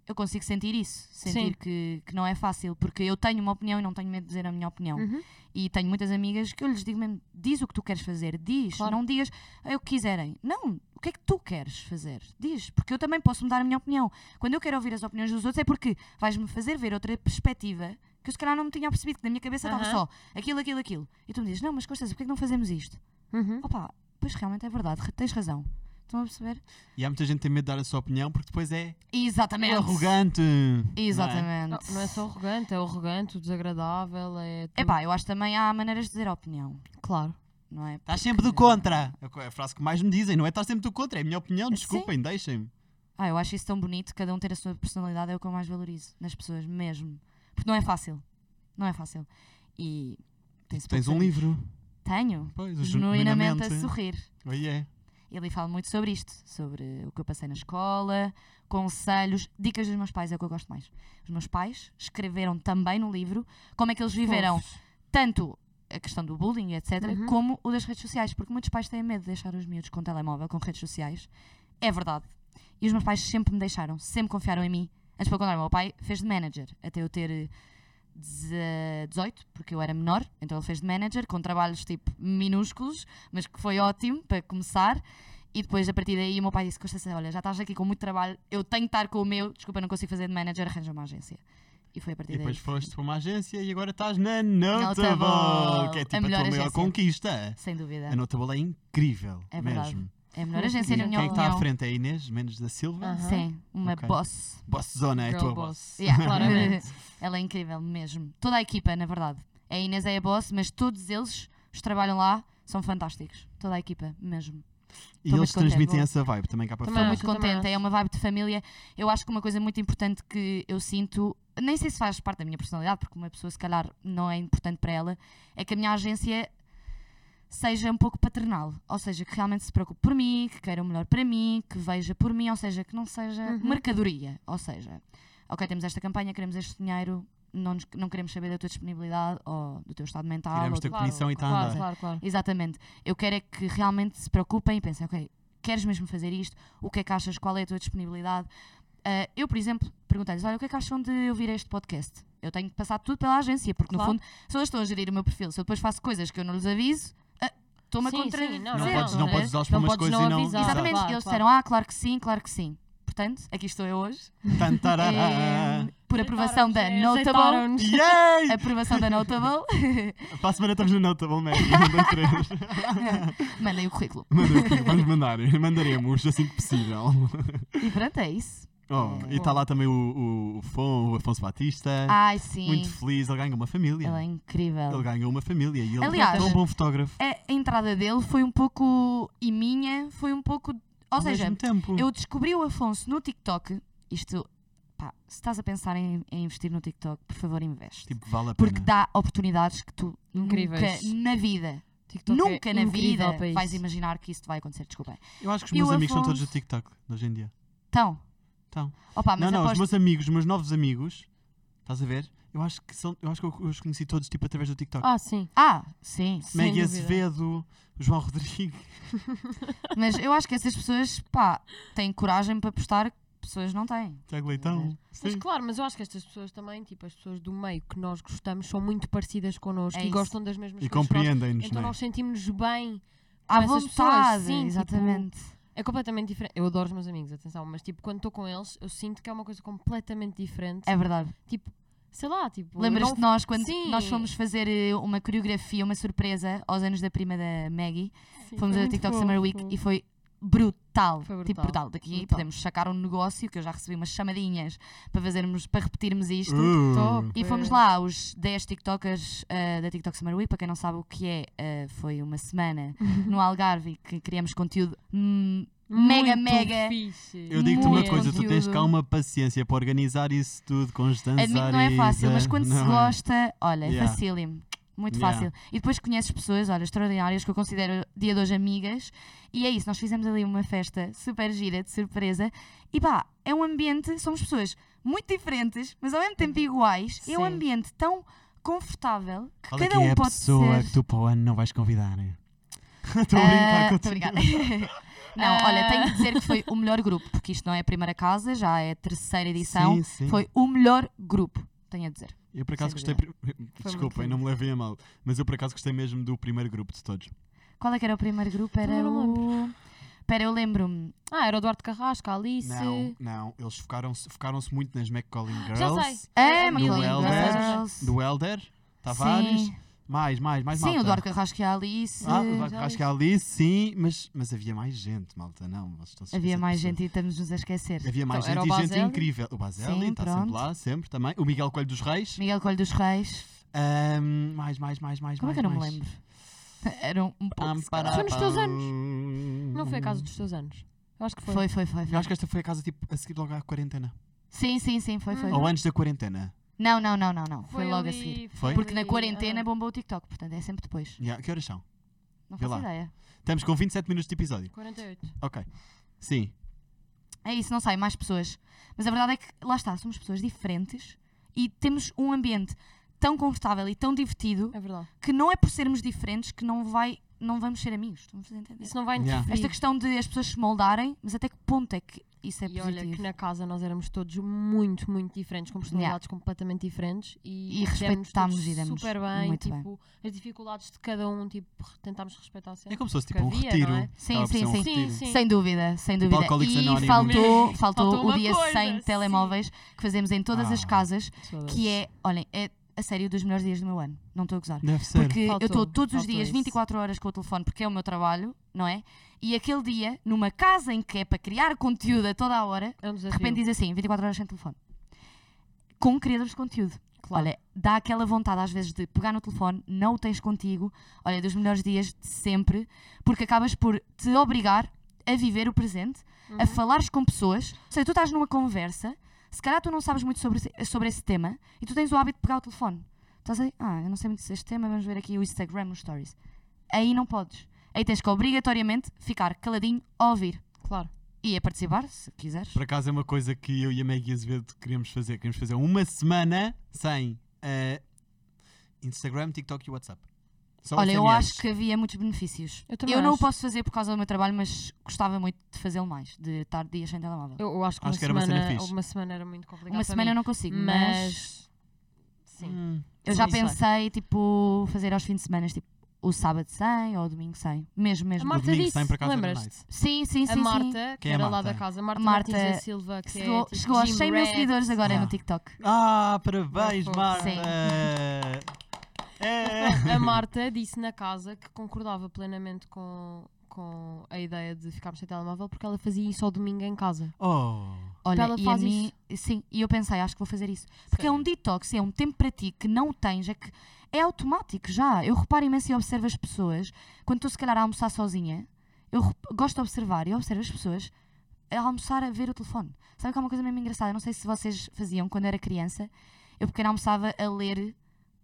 Speaker 2: eu consigo sentir isso.
Speaker 4: Sim.
Speaker 2: Sentir que, que não é fácil, porque eu tenho uma opinião e não tenho medo de dizer a minha opinião.
Speaker 4: Uhum.
Speaker 2: E tenho muitas amigas que eu lhes digo mesmo: diz o que tu queres fazer, diz,
Speaker 4: Claro.
Speaker 2: não digas "Ah, é o que quiserem. Não, o que é que tu queres fazer? Diz, porque eu também posso mudar a minha opinião. Quando eu quero ouvir as opiniões dos outros é porque vais-me fazer ver outra perspectiva que eu se calhar não me tinha percebido, que na minha cabeça estava
Speaker 4: Aham.
Speaker 2: só aquilo, aquilo, aquilo. E tu me dizes: não, mas Constança, porquê é que não fazemos isto?
Speaker 4: Uhum.
Speaker 2: Opa, pois realmente é verdade, re- tens razão. Estão a perceber?
Speaker 1: E há muita gente que tem medo de dar a sua opinião porque depois é
Speaker 2: Exatamente.
Speaker 1: arrogante. Não é?
Speaker 4: Não,
Speaker 2: Exatamente.
Speaker 4: não é só arrogante, é o arrogante, o desagradável, é. tudo.
Speaker 2: Epá, eu acho que também há maneiras de dizer a opinião,
Speaker 4: Claro.
Speaker 2: não é?
Speaker 1: Estás sempre do contra. É a co- É a frase que mais me dizem, não é? Estás sempre do contra. É a minha opinião, desculpem, deixem-me.
Speaker 2: Ah, eu acho isso tão bonito, cada um ter a sua personalidade é o que eu mais valorizo nas pessoas, mesmo. Porque não é fácil. Não é fácil. E tem-se
Speaker 1: Tens
Speaker 2: poucos
Speaker 1: um
Speaker 2: amigos.
Speaker 1: livro.
Speaker 2: Tenho.
Speaker 1: Pois,
Speaker 2: Genuinamente a sorrir.
Speaker 1: Oi, é.
Speaker 2: Ele fala muito sobre isto, sobre o que eu passei na escola, conselhos, dicas dos meus pais, é o que eu gosto mais. Os meus pais escreveram também no livro como é que eles viveram
Speaker 4: Fofos.
Speaker 2: tanto a questão do bullying, etc.,
Speaker 4: Uhum.
Speaker 2: como o das redes sociais, porque muitos pais têm medo de deixar os miúdos com telemóvel, com redes sociais. É verdade. E os meus pais sempre me deixaram, sempre confiaram em mim. Antes, pelo contrário, o meu pai fez de manager até eu ter eh, deze- 18, porque eu era menor, então ele fez de manager, com trabalhos tipo minúsculos, mas que foi ótimo para começar. E depois, a partir daí, o meu pai disse: Constância, olha, já estás aqui com muito trabalho, eu tenho que estar com o meu, desculpa, não consigo fazer de manager, arranja uma agência. E foi a partir
Speaker 1: E depois
Speaker 2: daí.
Speaker 1: foste para uma agência e agora estás na Notable, que é
Speaker 2: A
Speaker 1: tipo a, tua
Speaker 2: melhor
Speaker 1: maior
Speaker 2: agência.
Speaker 1: conquista.
Speaker 2: Sem dúvida.
Speaker 1: A Notable é incrível,
Speaker 2: É verdade.
Speaker 1: mesmo.
Speaker 2: É a melhor agência,
Speaker 1: E
Speaker 2: na
Speaker 1: quem
Speaker 2: minha
Speaker 1: é que está à
Speaker 2: opinião. Ah.
Speaker 1: frente é a Inês, menos da Silva.
Speaker 4: Aham.
Speaker 2: Sim, uma
Speaker 1: Ok.
Speaker 2: boss.
Speaker 1: Boss Zona é a
Speaker 4: Girl
Speaker 1: tua boss.
Speaker 4: boss.
Speaker 2: Yeah.
Speaker 4: Claramente.
Speaker 2: Ela é incrível mesmo. Toda a equipa, na verdade. A Inês é a boss, mas todos eles, os que trabalham lá, são fantásticos. Toda a equipa, mesmo.
Speaker 1: E
Speaker 2: Estou
Speaker 1: eles
Speaker 2: muito contente,
Speaker 1: transmitem
Speaker 2: vou-
Speaker 1: essa vibe também cá para
Speaker 4: Também
Speaker 1: fora.
Speaker 4: acho.
Speaker 2: Muito contente,
Speaker 4: Ah, também
Speaker 2: é uma vibe de família. Eu acho que uma coisa muito importante que eu sinto, nem sei se faz parte da minha personalidade, porque uma pessoa se calhar não é importante para ela, é que a minha agência seja um pouco paternal, ou seja, que realmente se preocupe por mim, que queira o melhor para mim, que veja por mim, ou seja, que não seja
Speaker 4: Uhum.
Speaker 2: mercadoria, ou seja, ok, temos esta campanha, queremos este dinheiro, não, nos- não queremos saber da tua disponibilidade ou do teu estado mental.
Speaker 1: Tiramos
Speaker 2: ou
Speaker 1: teu
Speaker 2: do-
Speaker 1: A comissão e tá a
Speaker 4: claro,
Speaker 1: andar.
Speaker 4: claro, claro.
Speaker 2: Exatamente. Eu quero é que realmente se preocupem e pensem, ok, queres mesmo fazer isto? O que é que achas? Qual é a tua disponibilidade? Ah, eu, por exemplo, perguntei-lhes, olha, o que é que acham de eu vir a este podcast? Eu tenho que passar tudo pela agência, porque
Speaker 4: Claro.
Speaker 2: no fundo, se eles estão a gerir o meu perfil, se eu depois faço coisas que eu não lhes aviso, ah, estou-me a
Speaker 4: Sim, sim,
Speaker 2: contrair.
Speaker 4: não,
Speaker 1: Não
Speaker 4: Sim,
Speaker 1: podes, não
Speaker 4: não é?
Speaker 1: podes usá-los para
Speaker 4: Não
Speaker 1: umas
Speaker 4: podes
Speaker 1: coisas
Speaker 4: não
Speaker 1: e não.
Speaker 4: avisar.
Speaker 2: Exatamente,
Speaker 4: Claro,
Speaker 2: eles
Speaker 4: claro.
Speaker 2: disseram, ah, claro que sim, claro que sim. Portanto, aqui estou eu hoje,
Speaker 1: Tantarará.
Speaker 2: eh, por aprovação da
Speaker 4: Aceitaram-nos,
Speaker 2: Notable.
Speaker 1: um
Speaker 4: aceitaram-nos.
Speaker 1: Yay!
Speaker 2: Aprovação da Notable. É
Speaker 1: Para a semana estamos na Notable, man. Um, dois, três.
Speaker 2: Mandem o currículo.
Speaker 1: Mandem aqui, Vamos mandar. Mandaremos assim que possível.
Speaker 2: E pronto, é isso.
Speaker 1: Oh,
Speaker 4: É.
Speaker 1: e está lá também o, o, o Fon, o Afonso Batista.
Speaker 2: Ai, Ah, sim.
Speaker 1: É. Muito feliz, ele ganha uma família.
Speaker 2: Ela é incrível.
Speaker 1: Ele ganhou uma família e ele
Speaker 2: Aliás-
Speaker 1: é tão bom fotógrafo.
Speaker 2: a, a entrada dele foi um pouco. e minha, foi um pouco. Ou
Speaker 1: ao
Speaker 2: seja,
Speaker 1: mesmo tempo.
Speaker 2: eu descobri o Afonso no TikTok. Isto, pá, se estás a pensar em, em investir no TikTok, por favor, investe.
Speaker 1: Tipo, vale a pena.
Speaker 2: Porque dá oportunidades que tu
Speaker 4: Incríveis.
Speaker 2: nunca na vida,
Speaker 4: TikTok é
Speaker 2: nunca na
Speaker 4: incrível
Speaker 2: vida
Speaker 4: para isso.
Speaker 2: vais imaginar que isto vai acontecer. Desculpem.
Speaker 1: Eu acho que os
Speaker 2: E o
Speaker 1: meus amigos são todos do
Speaker 2: Afonso?
Speaker 1: TikTok, hoje em dia.
Speaker 2: Então.
Speaker 1: Então.
Speaker 2: Opa, mas
Speaker 1: não, não, os
Speaker 2: aposto.
Speaker 1: meus amigos, os meus novos amigos, estás a ver? Eu acho que, são, eu, acho que eu os conheci todos tipo, através do TikTok.
Speaker 4: Ah, sim.
Speaker 2: Ah, sim.
Speaker 4: sem
Speaker 1: Maggie
Speaker 4: dúvida.
Speaker 1: Azevedo, João Rodrigues.
Speaker 2: Mas eu acho que essas pessoas, pá, têm coragem para postar que pessoas não têm.
Speaker 1: Tiago Leitão.
Speaker 4: Mas
Speaker 1: Sim.
Speaker 4: claro, mas eu acho que estas pessoas também, tipo, as pessoas do meio que nós gostamos, são muito parecidas connosco
Speaker 2: É
Speaker 4: e
Speaker 2: isso.
Speaker 4: gostam das mesmas
Speaker 1: E
Speaker 4: coisas. que nós.
Speaker 1: compreendem-nos,
Speaker 4: Então
Speaker 1: não é?
Speaker 4: nós sentimos-nos bem.
Speaker 2: À
Speaker 4: essas
Speaker 2: vontade,
Speaker 4: pessoas, sim, tipo,
Speaker 2: exatamente.
Speaker 4: É completamente diferente. Eu adoro os meus amigos, atenção, mas tipo, quando estou com eles, eu sinto que é uma coisa completamente diferente.
Speaker 2: É verdade.
Speaker 4: Tipo, sei lá, tipo. eu
Speaker 2: Lembras-te
Speaker 4: não-
Speaker 2: de nós quando
Speaker 4: Sim.
Speaker 2: nós fomos fazer eh, uma coreografia, uma surpresa aos anos da prima da Maggie?
Speaker 4: Sim,
Speaker 2: fomos
Speaker 4: foi
Speaker 2: ao
Speaker 4: muito
Speaker 2: TikTok
Speaker 4: fofo.
Speaker 2: Summer Week e foi brutal.
Speaker 4: Foi
Speaker 2: Tipo,
Speaker 4: brutal,
Speaker 2: brutal. Daqui
Speaker 4: brutal.
Speaker 2: podemos sacar um negócio que eu já recebi umas chamadinhas para fazermos, para repetirmos isto.
Speaker 1: Uh,
Speaker 2: E
Speaker 4: é.
Speaker 2: fomos lá, os 10 TikTokers eh, da TikTok Summer Week, para quem não sabe o que é, eh, foi uma semana no Algarve que criamos conteúdo hum, mega,
Speaker 4: Muito
Speaker 2: mega.
Speaker 4: Fixe.
Speaker 1: eu digo-te uma
Speaker 2: muito
Speaker 1: coisa, tu tens
Speaker 2: conteúdo.
Speaker 1: cá uma paciência para organizar isso tudo, Constança.
Speaker 2: Admito que não é fácil, mas quando se
Speaker 1: Não é.
Speaker 2: gosta, olha, é
Speaker 1: Yeah.
Speaker 2: facílimo. Muito
Speaker 1: Yeah.
Speaker 2: fácil. E depois conheces pessoas, olha, extraordinárias, que eu considero dia de hoje amigas. E é isso, nós fizemos ali uma festa super gira, de surpresa. E pá, é um ambiente, somos pessoas muito diferentes, mas ao mesmo tempo iguais. É um
Speaker 4: Sim.
Speaker 2: ambiente tão confortável que
Speaker 1: Qual é que
Speaker 2: cada
Speaker 1: é
Speaker 2: um
Speaker 1: a
Speaker 2: pode
Speaker 1: pessoa
Speaker 2: ser.
Speaker 1: que tu para o ano não vais convidar? né? Estou a
Speaker 2: Ah,
Speaker 1: brincar
Speaker 2: muito
Speaker 1: contigo.
Speaker 2: obrigada. Não, olha, tenho de dizer que foi o melhor grupo, porque isto não é a primeira casa, já é a terceira edição.
Speaker 1: Sim, sim.
Speaker 2: Foi o melhor grupo, tenho a dizer.
Speaker 1: Eu por acaso
Speaker 4: Sem
Speaker 1: gostei.
Speaker 4: dúvida.
Speaker 1: pri-
Speaker 4: muito
Speaker 1: Desculpem,
Speaker 4: lindo.
Speaker 1: não me levem a mal. Mas eu por acaso gostei mesmo do primeiro grupo de todos.
Speaker 2: Qual é que era o primeiro grupo? Era
Speaker 4: Também não
Speaker 2: o. Espera, eu lembro-me.
Speaker 4: Ah, era o Eduardo Carrasco, a Alice.
Speaker 1: Não, não. Eles focaram-se focaram muito nas McCollin Girls.
Speaker 4: Já sei.
Speaker 2: Ah,
Speaker 1: Do
Speaker 2: Macaulay
Speaker 1: Elder.
Speaker 2: Girls.
Speaker 1: Do Elder, Tavares.
Speaker 2: Sim,
Speaker 1: Mais, mais, mais
Speaker 2: sim
Speaker 1: malta.
Speaker 2: o Eduardo é Carrasco e a Alice.
Speaker 1: Ah, o
Speaker 4: já
Speaker 1: Eduardo Carrasco
Speaker 4: disse.
Speaker 1: e a Alice, sim. Mas, mas havia mais gente, malta. Não, vocês estão
Speaker 2: Havia mais gente e estamos-nos a esquecer.
Speaker 1: Havia mais
Speaker 4: Então, era
Speaker 1: gente
Speaker 4: o
Speaker 1: e gente
Speaker 4: Baselli.
Speaker 1: incrível. O Baselli
Speaker 2: Sim,
Speaker 1: está
Speaker 2: pronto.
Speaker 1: sempre lá, sempre também. O Miguel Coelho dos Reis.
Speaker 2: Miguel Coelho dos Reis.
Speaker 1: Ahm, mais, mais, mais, mais.
Speaker 2: Como é
Speaker 1: mais,
Speaker 2: que eu não me
Speaker 1: mais. Ah,
Speaker 2: lembro? Eram um pouco. se calhar.
Speaker 4: Foi nos teus anos. Não foi a
Speaker 1: Uhum.
Speaker 4: casa dos teus anos. Eu acho que foi.
Speaker 2: Foi, foi, foi.
Speaker 1: Eu
Speaker 2: foi.
Speaker 1: acho que esta foi a casa tipo a seguir logo à quarentena.
Speaker 2: Sim, sim, sim, foi, foi.
Speaker 1: Ou antes da quarentena.
Speaker 2: Não, não, não, não, não. Foi, logo a
Speaker 4: ali-
Speaker 2: seguir.
Speaker 1: é? Foi?
Speaker 2: Porque na
Speaker 4: ali,
Speaker 2: quarentena
Speaker 4: ah.
Speaker 2: bombou o TikTok, portanto é sempre depois.
Speaker 1: Yeah, Que horas são?
Speaker 2: Não
Speaker 1: Vê
Speaker 2: faço
Speaker 1: lá.
Speaker 2: ideia.
Speaker 1: Estamos com 27 minutos de episódio.
Speaker 4: 48.
Speaker 1: Ok. Sim.
Speaker 2: É isso, não sei, mais pessoas. Mas a verdade é que, lá está, somos pessoas diferentes e temos um ambiente tão confortável e tão divertido
Speaker 4: É verdade.
Speaker 2: que não é por sermos diferentes que não vai não vamos ser amigos, estamos a entender?
Speaker 4: Isso não vai
Speaker 1: Yeah.
Speaker 4: interferir.
Speaker 2: Esta questão de as pessoas se moldarem, mas até que ponto é que isso é
Speaker 4: E olha que
Speaker 2: positivo?
Speaker 4: na casa nós éramos todos muito, muito diferentes, com personalidades completamente diferentes e,
Speaker 2: E respeitámos
Speaker 4: demos
Speaker 2: e demos
Speaker 4: super bem,
Speaker 2: muito bem.
Speaker 4: tipo, as dificuldades de cada um, tipo, tentámos respeitar
Speaker 1: É
Speaker 4: sempre.
Speaker 1: como se fosse tipo
Speaker 4: Porque
Speaker 1: um
Speaker 4: havia,
Speaker 1: retiro.
Speaker 4: não é?
Speaker 2: Sim,
Speaker 1: Acaba por
Speaker 2: sim,
Speaker 1: ser um
Speaker 2: sim.
Speaker 1: retiro.
Speaker 4: Sim, sim.
Speaker 2: Sem dúvida, sem
Speaker 1: Tipo
Speaker 2: dúvida.
Speaker 1: Alcoólicos
Speaker 2: e
Speaker 1: Anónimos.
Speaker 2: faltou,
Speaker 4: Mesmo.
Speaker 2: faltou,
Speaker 4: Faltou
Speaker 2: o
Speaker 4: uma
Speaker 2: dia
Speaker 4: coisa,
Speaker 2: sem
Speaker 4: sim.
Speaker 2: telemóveis que fazemos em todas as
Speaker 1: Ah.
Speaker 2: casas, que é, olhem, é a sério dos melhores dias do meu ano. Não estou a gozar.
Speaker 1: Deve ser.
Speaker 2: Porque eu
Speaker 4: Faltou,
Speaker 2: estou todos os
Speaker 4: faltou
Speaker 2: dias,
Speaker 4: isso.
Speaker 2: 24 horas com o telefone, porque é o meu trabalho, não é? E aquele dia, numa casa em que é para criar conteúdo a toda a hora,
Speaker 4: É um
Speaker 2: de
Speaker 4: desafio.
Speaker 2: repente diz assim: 24 horas sem telefone. Com criadores de conteúdo.
Speaker 4: Claro.
Speaker 2: Olha, dá aquela vontade às vezes de pegar no telefone, não o tens contigo. Olha, dos melhores dias de sempre, porque acabas por te obrigar a viver o presente, a falares com pessoas. Ou seja, tu estás numa conversa, se calhar tu não sabes muito sobre, esse- sobre esse tema e tu tens o hábito de pegar o telefone. Estás aí, ah, eu não sei muito sobre este tema, vamos ver aqui o Instagram, os stories. Aí não podes. Aí tens que obrigatoriamente ficar caladinho a ouvir
Speaker 4: Claro.
Speaker 2: e a participar, se quiseres.
Speaker 1: Por acaso é uma coisa que eu e a Maggie Azevedo queríamos fazer. Queríamos fazer uma semana sem eh, Instagram, TikTok e WhatsApp. Só
Speaker 2: Olha, eu
Speaker 1: SMS.
Speaker 2: acho que havia muitos benefícios.
Speaker 4: Eu
Speaker 2: Eu,
Speaker 4: também
Speaker 2: não o
Speaker 4: acho.
Speaker 2: posso fazer por causa do meu trabalho, mas gostava muito de fazê-lo mais, de estar dias sem telemóvel.
Speaker 4: Eu, eu acho que,
Speaker 1: Acho
Speaker 4: uma,
Speaker 1: que era uma
Speaker 4: semana,
Speaker 1: cena fixe.
Speaker 4: uma semana era muito complicado.
Speaker 2: Uma
Speaker 4: para
Speaker 2: semana eu
Speaker 4: mim,
Speaker 2: não consigo, mas
Speaker 4: mas. Sim.
Speaker 1: Hum.
Speaker 2: eu já
Speaker 4: sim, sei.
Speaker 2: pensei, tipo, fazer aos fins de semana, tipo, o sábado sem ou o domingo sem. Mesmo,
Speaker 4: A
Speaker 2: mesmo.
Speaker 4: Marta
Speaker 1: domingo
Speaker 4: disse,
Speaker 1: sai para casa era
Speaker 4: lembras-te?
Speaker 1: nice.
Speaker 2: Sim, sim, sim.
Speaker 4: A
Speaker 2: sim.
Speaker 4: Marta, que
Speaker 1: Quem é
Speaker 4: era
Speaker 1: a
Speaker 4: lá
Speaker 1: Marta?
Speaker 4: da casa, a Marta,
Speaker 2: Marta
Speaker 4: Martins da Silva, que
Speaker 2: Chegou,
Speaker 4: é, tipo,
Speaker 2: chegou aos
Speaker 4: gym
Speaker 2: 100 mil
Speaker 4: rat.
Speaker 2: seguidores agora
Speaker 1: Ah.
Speaker 2: no TikTok.
Speaker 1: Ah, parabéns,
Speaker 4: Sim.
Speaker 1: Marta! É.
Speaker 4: Mas pronto, A Marta disse na casa que concordava plenamente com, com a ideia de ficarmos sem telemóvel porque ela fazia isso ao domingo em casa.
Speaker 1: Oh,
Speaker 2: Olha,
Speaker 4: Ela
Speaker 2: e
Speaker 4: faz
Speaker 2: a mim, sim, e eu pensei, "Ah, acho que vou fazer isso. Porque é um detox, é um tempo para ti que não o tens, é que é automático já. Eu reparo imenso e observo as pessoas. Quando estou, se calhar, a almoçar sozinha, eu rep- gosto de observar e observo as pessoas a almoçar a ver o telefone. Sabe que há uma coisa mesmo engraçada? Não sei se vocês faziam quando era criança. Eu, pequena, almoçava a ler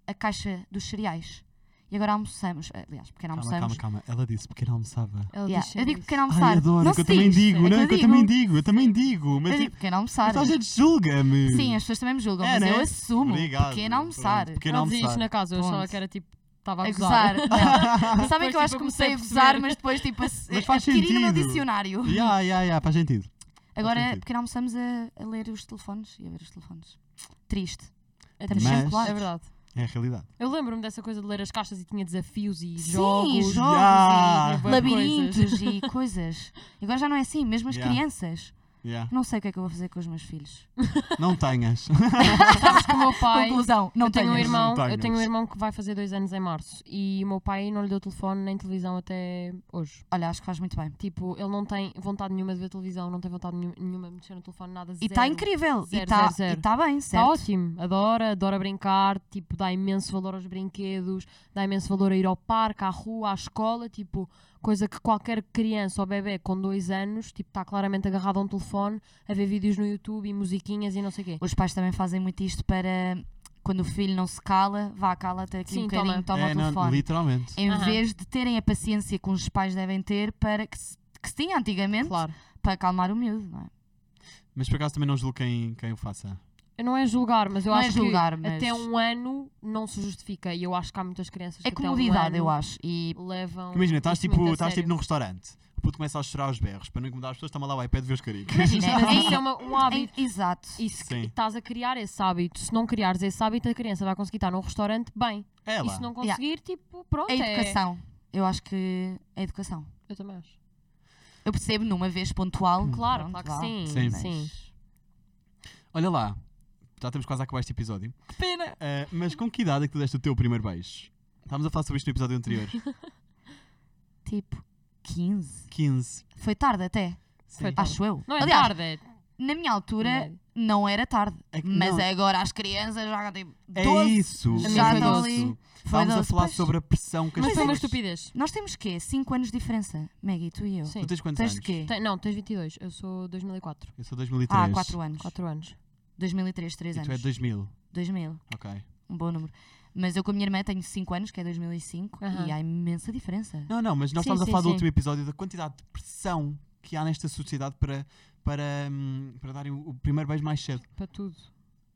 Speaker 2: a caixa dos cereais. E agora almoçamos, aliás, pequena,
Speaker 1: calma,
Speaker 2: almoçamos.
Speaker 1: calma, calma. Ela disse pequeno almoçava.
Speaker 4: Ela
Speaker 2: Yeah,
Speaker 4: diz
Speaker 2: Eu digo
Speaker 4: sempre
Speaker 2: pequeno almoçar.
Speaker 1: Ai, adoro,
Speaker 2: não
Speaker 1: que eu
Speaker 2: se
Speaker 1: também
Speaker 2: diz,
Speaker 1: digo, não?
Speaker 2: é que
Speaker 1: é que eu também digo, eu também digo.
Speaker 2: Eu
Speaker 1: Mas
Speaker 2: digo
Speaker 1: tipo,
Speaker 2: pequeno almoçar.
Speaker 1: mas a gente julga-me.
Speaker 4: Hum.
Speaker 2: Sim, as pessoas também me julgam,
Speaker 1: É,
Speaker 2: mas
Speaker 1: né?
Speaker 2: eu assumo.
Speaker 1: Obrigado.
Speaker 2: Pequeno almoçar.
Speaker 1: Pronto, pequeno
Speaker 4: Ela dizia isso
Speaker 1: almoçar.
Speaker 4: na casa, eu
Speaker 2: Pronto.
Speaker 4: achava que era tipo. Estava
Speaker 2: A
Speaker 4: a gozar.
Speaker 2: gozar. Não.
Speaker 4: Mas
Speaker 2: Sabem
Speaker 4: depois,
Speaker 2: que eu acho
Speaker 4: tipo,
Speaker 2: que comecei a
Speaker 4: comecei a
Speaker 2: gozar,
Speaker 4: perceber.
Speaker 2: mas depois tipo a se-
Speaker 1: Mas faz
Speaker 2: adquiri no meu
Speaker 1: sentido.
Speaker 2: dicionário.
Speaker 1: Ya, ya, ya, faz sentido. faz
Speaker 2: Agora,
Speaker 1: sentido.
Speaker 2: pequeno almoçamos a, a ler os telefones e a ver os telefones. Triste.
Speaker 4: Estamos
Speaker 1: Mas-
Speaker 4: sempre colados. É verdade.
Speaker 1: É a realidade.
Speaker 4: Eu lembro-me dessa coisa de ler as caixas e tinha desafios e
Speaker 2: Sim,
Speaker 4: jogos.
Speaker 2: jogos
Speaker 1: Yeah.
Speaker 4: e bué de coisas.
Speaker 2: Labirintos e coisas. Agora já não é assim, mesmo as
Speaker 1: Yeah.
Speaker 2: crianças.
Speaker 1: Yeah.
Speaker 2: Não sei o que é que eu vou fazer com os meus filhos.
Speaker 1: Não tenhas.
Speaker 4: Sabes que o meu pai.
Speaker 2: Conclusão, não
Speaker 4: eu tenho, um
Speaker 2: tenhas.
Speaker 4: irmão,
Speaker 1: Não
Speaker 4: eu tenho um
Speaker 1: tenhas.
Speaker 4: irmão que vai fazer dois anos em março e o meu pai não lhe deu telefone nem televisão até hoje.
Speaker 2: Olha, acho que faz muito bem.
Speaker 4: Tipo, ele não tem vontade nenhuma de ver televisão, não tem vontade nenhu- nenhuma de mexer no telefone, nada
Speaker 2: E
Speaker 4: zero.
Speaker 2: está incrível. e
Speaker 4: Zero,
Speaker 2: está
Speaker 4: zero, zero.
Speaker 2: tá bem,
Speaker 4: Está
Speaker 2: certo?
Speaker 4: ótimo, adora, adora brincar, tipo, dá imenso valor aos brinquedos, dá imenso valor a ir ao parque, à rua, à escola, tipo, coisa que qualquer criança ou bebê com dois anos, tipo, está claramente agarrado a um telefone, a ver vídeos no YouTube e musiquinhas e não sei o quê.
Speaker 2: Os pais também fazem muito isto para quando o filho não se cala, vá, cala-te aqui
Speaker 4: Sim,
Speaker 2: um
Speaker 4: toma.
Speaker 2: bocadinho, toma,
Speaker 1: é,
Speaker 2: o
Speaker 1: não,
Speaker 2: telefone.
Speaker 1: literalmente.
Speaker 2: em
Speaker 4: Aham.
Speaker 2: vez de terem a paciência que os pais devem ter para que se, que se tinha antigamente
Speaker 4: Claro.
Speaker 2: para acalmar o miúdo, não é?
Speaker 1: Mas por acaso também não julgo quem, quem o faça.
Speaker 4: Eu não é julgar, mas eu
Speaker 2: Não é
Speaker 4: acho
Speaker 2: julgar,
Speaker 4: que
Speaker 2: mas-
Speaker 4: até um ano não se justifica. E eu acho que há muitas crianças
Speaker 2: É
Speaker 4: que até um
Speaker 2: comodidade,
Speaker 4: ano tipo,
Speaker 2: eu acho. E
Speaker 4: levam.
Speaker 1: Imagina, estás
Speaker 4: isso
Speaker 1: tipo,
Speaker 4: muito a
Speaker 1: estás tipo
Speaker 4: sério.
Speaker 1: num restaurante. O puto começa a chorar aos berros para não incomodar as pessoas, toma lá o iPad e vê os caricos.
Speaker 2: imagina,
Speaker 4: Mas isso é
Speaker 2: Né? em-
Speaker 4: uma- um hábito.
Speaker 2: em- exato.
Speaker 4: E se que-
Speaker 1: Sim.
Speaker 4: estás a criar esse hábito, se não criares esse hábito, a criança vai conseguir estar num restaurante bem.
Speaker 1: É
Speaker 4: E
Speaker 1: lá.
Speaker 4: se não conseguir, tipo, pronto.
Speaker 2: A
Speaker 4: é-
Speaker 2: educação. Eu acho que a educação.
Speaker 4: Eu também acho.
Speaker 2: Eu percebo numa vez pontual.
Speaker 1: Hum.
Speaker 4: Claro,
Speaker 2: pronto,
Speaker 4: claro
Speaker 2: vá.
Speaker 4: que sim.
Speaker 1: Sim.
Speaker 4: Sim.
Speaker 1: Olha lá, já estamos quase a acabar este episódio.
Speaker 4: Que pena!
Speaker 1: Ah, mas com que idade é que tu deste o teu primeiro beijo? Estávamos a falar sobre isto no episódio anterior.
Speaker 2: Tipo, 15.
Speaker 1: 15.
Speaker 2: Foi tarde até,
Speaker 1: Sim.
Speaker 4: Foi tarde.
Speaker 2: acho eu.
Speaker 4: Não é
Speaker 2: Aliás,
Speaker 4: tarde. é-
Speaker 2: na minha altura não era tarde.
Speaker 1: É que
Speaker 2: mas
Speaker 1: não.
Speaker 2: é agora as crianças jogam tipo
Speaker 1: É
Speaker 2: 12.
Speaker 1: isso.
Speaker 4: Já
Speaker 1: é
Speaker 4: estão
Speaker 1: isso.
Speaker 2: ali. Foi
Speaker 1: Estávamos a
Speaker 2: 12,
Speaker 1: falar
Speaker 2: pois.
Speaker 1: sobre a pressão que as
Speaker 4: Mas foi uma
Speaker 1: pessoas...
Speaker 4: estupidez.
Speaker 2: Nós temos quê? 5 anos de diferença, Maggie, tu e eu.
Speaker 4: Sim.
Speaker 1: Tu tens quantos
Speaker 2: Tens de
Speaker 1: anos?
Speaker 2: quê?
Speaker 4: Tem- não, tens 22. Eu sou 2004.
Speaker 1: Eu sou 2003.
Speaker 2: Ah, 4 anos.
Speaker 4: 4 anos.
Speaker 2: 2003, 3
Speaker 1: E
Speaker 2: anos.
Speaker 1: tu é 2000.
Speaker 2: 2000,
Speaker 1: Ok.
Speaker 2: um bom número. Mas eu com a minha irmã tenho 5 anos, que é 2005,
Speaker 4: Aham.
Speaker 2: e há imensa diferença.
Speaker 1: Não, não, mas nós
Speaker 4: Sim,
Speaker 1: estávamos a
Speaker 4: sim,
Speaker 1: falar do
Speaker 4: sim.
Speaker 1: último episódio da quantidade de pressão que há nesta sociedade para, para, hum, para darem o o primeiro beijo mais cedo.
Speaker 4: Para tudo.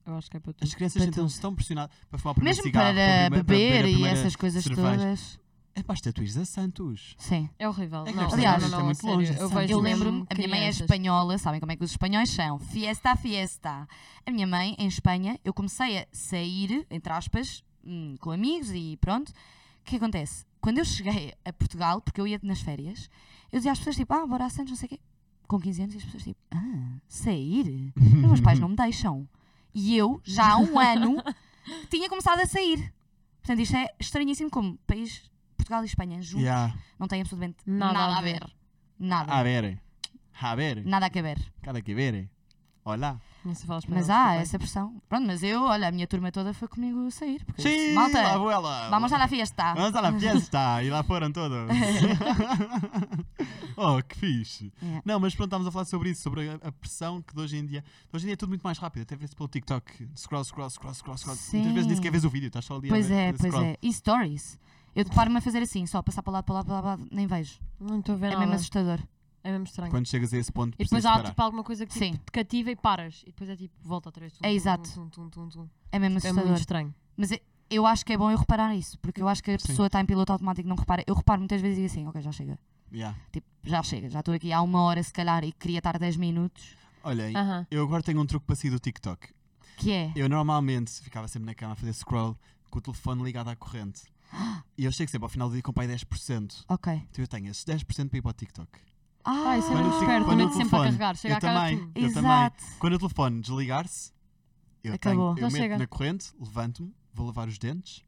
Speaker 4: Eu acho que é para tudo.
Speaker 1: As crianças
Speaker 2: Para
Speaker 1: então se tão pressionadas para fumar o primeiro
Speaker 2: Mesmo
Speaker 1: cigarro,
Speaker 2: para
Speaker 1: primeiro-
Speaker 2: beber
Speaker 1: a
Speaker 2: e
Speaker 1: primeira-
Speaker 2: essas coisas
Speaker 1: cerveja.
Speaker 2: todas.
Speaker 1: É para as tatuízes a Santos.
Speaker 2: Sim.
Speaker 4: É horrível.
Speaker 1: É que
Speaker 4: não,
Speaker 1: nós
Speaker 2: Aliás,
Speaker 4: não,
Speaker 1: isto é
Speaker 4: não, a
Speaker 1: muito
Speaker 4: sério,
Speaker 1: longe,
Speaker 4: Eu,
Speaker 1: sim.
Speaker 4: vejo
Speaker 2: Eu
Speaker 4: mesmo
Speaker 2: lembro-me, a minha mãe é
Speaker 4: crianças.
Speaker 2: espanhola, sabem como é que os espanhóis são? Fiesta, fiesta. A minha mãe, em Espanha, eu comecei a sair, entre aspas, hum, com amigos e pronto. O que acontece? Quando eu cheguei a Portugal, porque eu ia nas férias, eu dizia às pessoas tipo, ah, bora a Santos, não sei o quê. Com 15 anos, e as pessoas tipo, ah, sair? Os meus pais não me deixam. E eu, já há um ano, tinha começado a sair. Portanto, isto é estranhíssimo como país, Portugal e Espanha juntos,
Speaker 1: Yeah. Ah,
Speaker 2: não têm absolutamente nada,
Speaker 4: Nada
Speaker 2: a
Speaker 4: a
Speaker 2: ver.
Speaker 4: ver.
Speaker 2: Nada.
Speaker 1: A ver. A ver.
Speaker 2: Nada a ver.
Speaker 1: Cada que ver. Olá.
Speaker 4: Não se fala espanhol,
Speaker 2: Mas há
Speaker 4: desculpa.
Speaker 2: essa pressão. Pronto, mas eu, olha, a minha turma toda foi comigo sair. Porque eu disse,
Speaker 1: Sim,
Speaker 2: malta,
Speaker 1: abuela.
Speaker 2: vamos à la fiesta.
Speaker 1: Vamos à la fiesta. e lá foram todos. oh, que fixe.
Speaker 2: Yeah.
Speaker 1: Não, mas pronto, estávamos a falar sobre isso, sobre a, a pressão que de hoje em dia. De hoje em dia é tudo muito mais rápido, até vê-se pelo TikTok. Scroll, scroll, scroll, scroll, scroll. Muitas vezes nem sequer
Speaker 2: Sim.
Speaker 1: vês o vídeo, estás só ali
Speaker 2: Pois
Speaker 1: a ver.
Speaker 2: é, pois
Speaker 1: scroll.
Speaker 2: é. E stories. Eu deparo-me a fazer assim, só a passar para lá, para lá, para lá, nem vejo.
Speaker 4: Não estou a ver
Speaker 2: É
Speaker 4: nada.
Speaker 2: mesmo assustador.
Speaker 4: É mesmo estranho.
Speaker 1: Quando chegas a esse ponto,
Speaker 4: E depois
Speaker 1: precisas
Speaker 4: há
Speaker 1: parar.
Speaker 4: tipo alguma coisa que tipo,
Speaker 2: Sim.
Speaker 4: te cativa e paras. E depois é tipo, volta outra vez. Tum,
Speaker 2: É
Speaker 4: tum,
Speaker 2: exato.
Speaker 4: tum, tum, tum, tum.
Speaker 2: É mesmo
Speaker 4: É muito
Speaker 2: assustador.
Speaker 4: estranho.
Speaker 2: Mas eu- eu acho que é bom eu reparar isso, porque eu acho que a pessoa está em piloto automático e não repara. Eu reparo muitas vezes e digo assim, ok, já chega.
Speaker 1: Yeah.
Speaker 2: Tipo, já chega, já estou aqui há uma hora se calhar e queria estar 10 minutos.
Speaker 1: Olha,
Speaker 2: Ah.
Speaker 1: e
Speaker 4: Aham.
Speaker 1: eu agora tenho um truque para sair do TikTok.
Speaker 2: Que é?
Speaker 1: Eu normalmente ficava sempre na cama a fazer scroll com o telefone ligado à corrente. E eu chego sempre ao final do dia com pai 10%.
Speaker 2: Ok.
Speaker 1: Então eu tenho esses 10% para ir para o TikTok.
Speaker 2: Ah,
Speaker 4: Ah, isso
Speaker 1: Quando eu
Speaker 4: é muito
Speaker 1: fico-
Speaker 4: esperto,
Speaker 1: quando
Speaker 4: também
Speaker 1: o
Speaker 4: sempre a
Speaker 1: telefone-
Speaker 4: carregar, chega
Speaker 1: eu
Speaker 4: a cara
Speaker 1: também,
Speaker 4: tum.
Speaker 1: eu
Speaker 2: Exato.
Speaker 1: também. Quando o telefone desligar-se, eu, tenho,
Speaker 2: Acabou.
Speaker 1: eu
Speaker 4: Já
Speaker 1: meto
Speaker 4: chega.
Speaker 1: na corrente, levanto-me, vou lavar os dentes